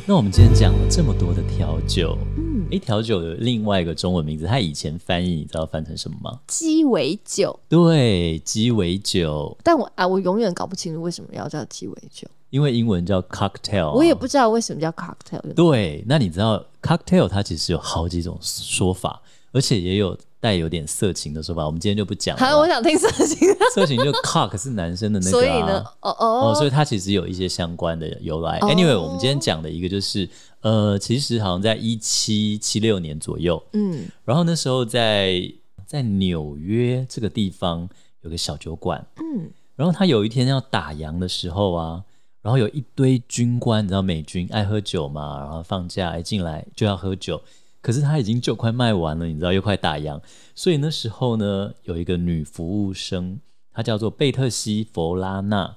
Speaker 1: 那我们今天讲了这么多的调酒，
Speaker 2: 嗯，
Speaker 1: 诶，调酒有另外一个中文名字，它以前翻译你知道翻成什么吗？
Speaker 2: 鸡尾酒，
Speaker 1: 对，鸡尾酒，
Speaker 2: 但我啊，我永远搞不清楚为什么要叫鸡尾酒，
Speaker 1: 因为英文叫 cocktail 啊。
Speaker 2: 我也不知道为什么叫 cocktail。
Speaker 1: 对，那你知道 cocktail 它其实有好几种说法，而且也有带有点色情的说法，我们今天就不讲了
Speaker 2: 好，
Speaker 1: 啦。
Speaker 2: 我想听色情的，
Speaker 1: 色情就 cock 是男生的啊那个、啊，
Speaker 2: 所以呢，哦
Speaker 1: 哦，所
Speaker 2: 哦，
Speaker 1: 以它其实有一些相关的由来。
Speaker 2: 哦
Speaker 1: Anyway，我们今天讲的一个就是，呃，其实好像在一七七六年左右，
Speaker 2: 嗯，
Speaker 1: 然后那时候在在纽约这个地方有个小酒馆，
Speaker 2: 嗯，
Speaker 1: 然后他有一天要打烊的时候啊。然后有一堆军官，你知道美军爱喝酒嘛，然后放假一进来就要喝酒，可是他已经酒快卖完了，你知道又快打烊，所以那时候呢，有一个女服务生，她叫做贝特西·佛拉纳，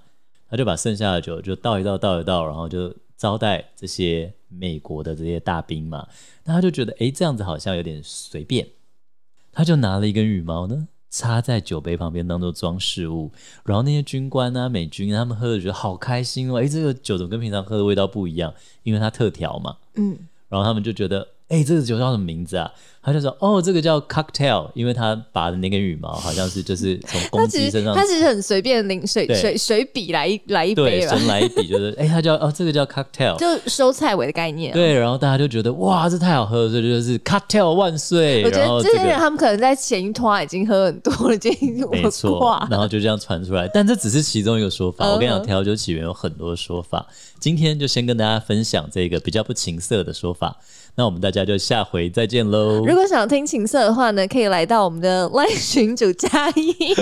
Speaker 1: 她就把剩下的酒就倒一倒，倒一倒，然后就招待这些美国的这些大兵嘛。那她就觉得，诶，这样子好像有点随便，她就拿了一根羽毛呢。插在酒杯旁边当做装饰物，然后那些军官啊、美军啊他们喝的觉得好开心哦，诶，这个酒怎么跟平常喝的味道不一样？因为它特调嘛。
Speaker 2: 嗯，
Speaker 1: 然后他们就觉得，哎、这个酒叫什么名字啊？他就说，哦，这个叫 cocktail，因为他拔的那根羽毛好像是就是从
Speaker 2: 他
Speaker 1: 公
Speaker 2: 其
Speaker 1: 鸡
Speaker 2: 实
Speaker 1: 身上
Speaker 2: 他其实很随便淋水
Speaker 1: 对
Speaker 2: 水水笔来一来一
Speaker 1: 对
Speaker 2: 杯吧，
Speaker 1: 神来一笔，就是哎、他叫哦，这个叫 cocktail，
Speaker 2: 就收菜尾的概念啊。
Speaker 1: 对，然后大家就觉得哇，这太好喝了，所以就是 cocktail 万岁。
Speaker 2: 我觉
Speaker 1: 然后
Speaker 2: 得这
Speaker 1: 这
Speaker 2: 些人
Speaker 1: 个
Speaker 2: 他们可能在前一拖已经喝很多了，就 (laughs) 已经
Speaker 1: 没
Speaker 2: 我
Speaker 1: 错
Speaker 2: 挂，。
Speaker 1: 然后就这样传出来，但这只是其中一个说法。我跟你
Speaker 2: 嗯
Speaker 1: 讲，
Speaker 2: 哼
Speaker 1: 调酒起源有很多说法，今天就先跟大家分享这个比较不情色的说法。那我们大家就下回再见喽。
Speaker 2: 如果想听情色的话呢，可以来到我们的赖群主加一。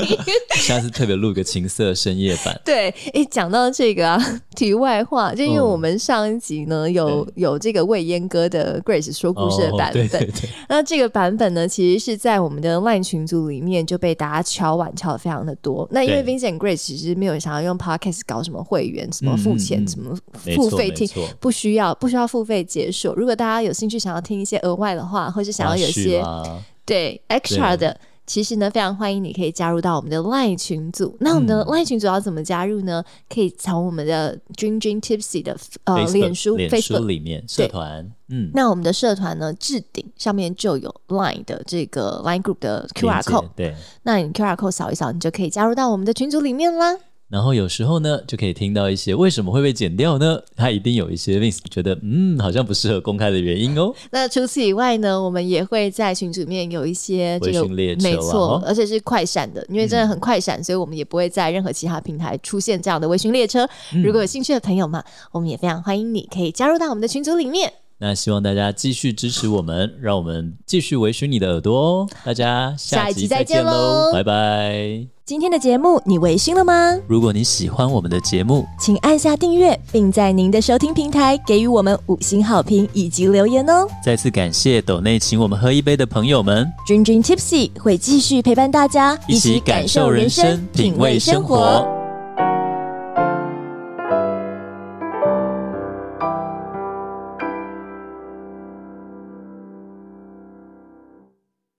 Speaker 1: 下次特别录个情色深夜版。
Speaker 2: 对，诶，讲到这个啊， (laughs) 题外话，就因为
Speaker 1: 嗯
Speaker 2: 我们上一集呢有有这个未阉割的 Grace 说故事的版
Speaker 1: 哦、对
Speaker 2: 本，
Speaker 1: 对对，
Speaker 2: (laughs) 那这个版本呢，其实是在我们的 LINE 群组里面就被大家敲碗敲的非常的多。那因为
Speaker 1: 对
Speaker 2: Vincent Grace 其实没有想要用 Podcast 搞什么会员、什么付
Speaker 1: 嗯
Speaker 2: 钱、
Speaker 1: 嗯
Speaker 2: 什么
Speaker 1: 没
Speaker 2: 付
Speaker 1: 错
Speaker 2: 费
Speaker 1: 没
Speaker 2: 听
Speaker 1: 错，
Speaker 2: 不需要不需要付费解锁。如果大家有兴趣想要听一些额外的话，或是 (laughs) 想要有一些、
Speaker 1: 啊、
Speaker 2: 对 extra 的。其实呢，非常欢迎你可以加入到我们的 LINE 群组。那我们的
Speaker 1: 嗯
Speaker 2: LINE 群组要怎么加入呢？可以从我们的 Dream Dream Tipsy 的呃
Speaker 1: Facebook-
Speaker 2: 脸书
Speaker 1: 脸
Speaker 2: Facebook
Speaker 1: 书里面社团，嗯，
Speaker 2: 那我们的社团呢，置顶上面就有 Line 的这个 Line Group 的 QR
Speaker 1: 连接
Speaker 2: code，
Speaker 1: 对。
Speaker 2: 那你 QR code 扫一扫，你就可以加入到我们的群组里面啦。
Speaker 1: 然后有时候呢，就可以听到一些为什么会被剪掉呢？它一定有一些 Vince 觉得嗯好像不适合公开的原因哦。
Speaker 2: 那除此以外呢，我们也会在群组里面有一些这个
Speaker 1: 微醺列车啊
Speaker 2: 没错
Speaker 1: 哦，
Speaker 2: 而且是快闪的，因为真的很快闪，所以我们也不会在任何其他平台出现这样的微醺列车。
Speaker 1: 嗯
Speaker 2: 如果有兴趣的朋友嘛，我们也非常欢迎你可以加入到我们的群组里面。
Speaker 1: 那希望大家继续支持我们，让我们继续维持你的耳朵哦。大家
Speaker 2: 下
Speaker 1: 下
Speaker 2: 一集
Speaker 1: 集
Speaker 2: 再
Speaker 1: 再见
Speaker 2: 见喽
Speaker 1: 喽，拜拜！
Speaker 2: 今天的节目你微醺了吗？
Speaker 1: 如果你喜欢我们的节目，
Speaker 2: 请按下订阅，并在您的收听平台给予我们五星好评以及留言哦。
Speaker 1: 再次感谢斗内请我们喝一杯的朋友们，
Speaker 2: 君君 Tipsy 会继续陪伴大家，
Speaker 1: 一起感受人生，品味生活。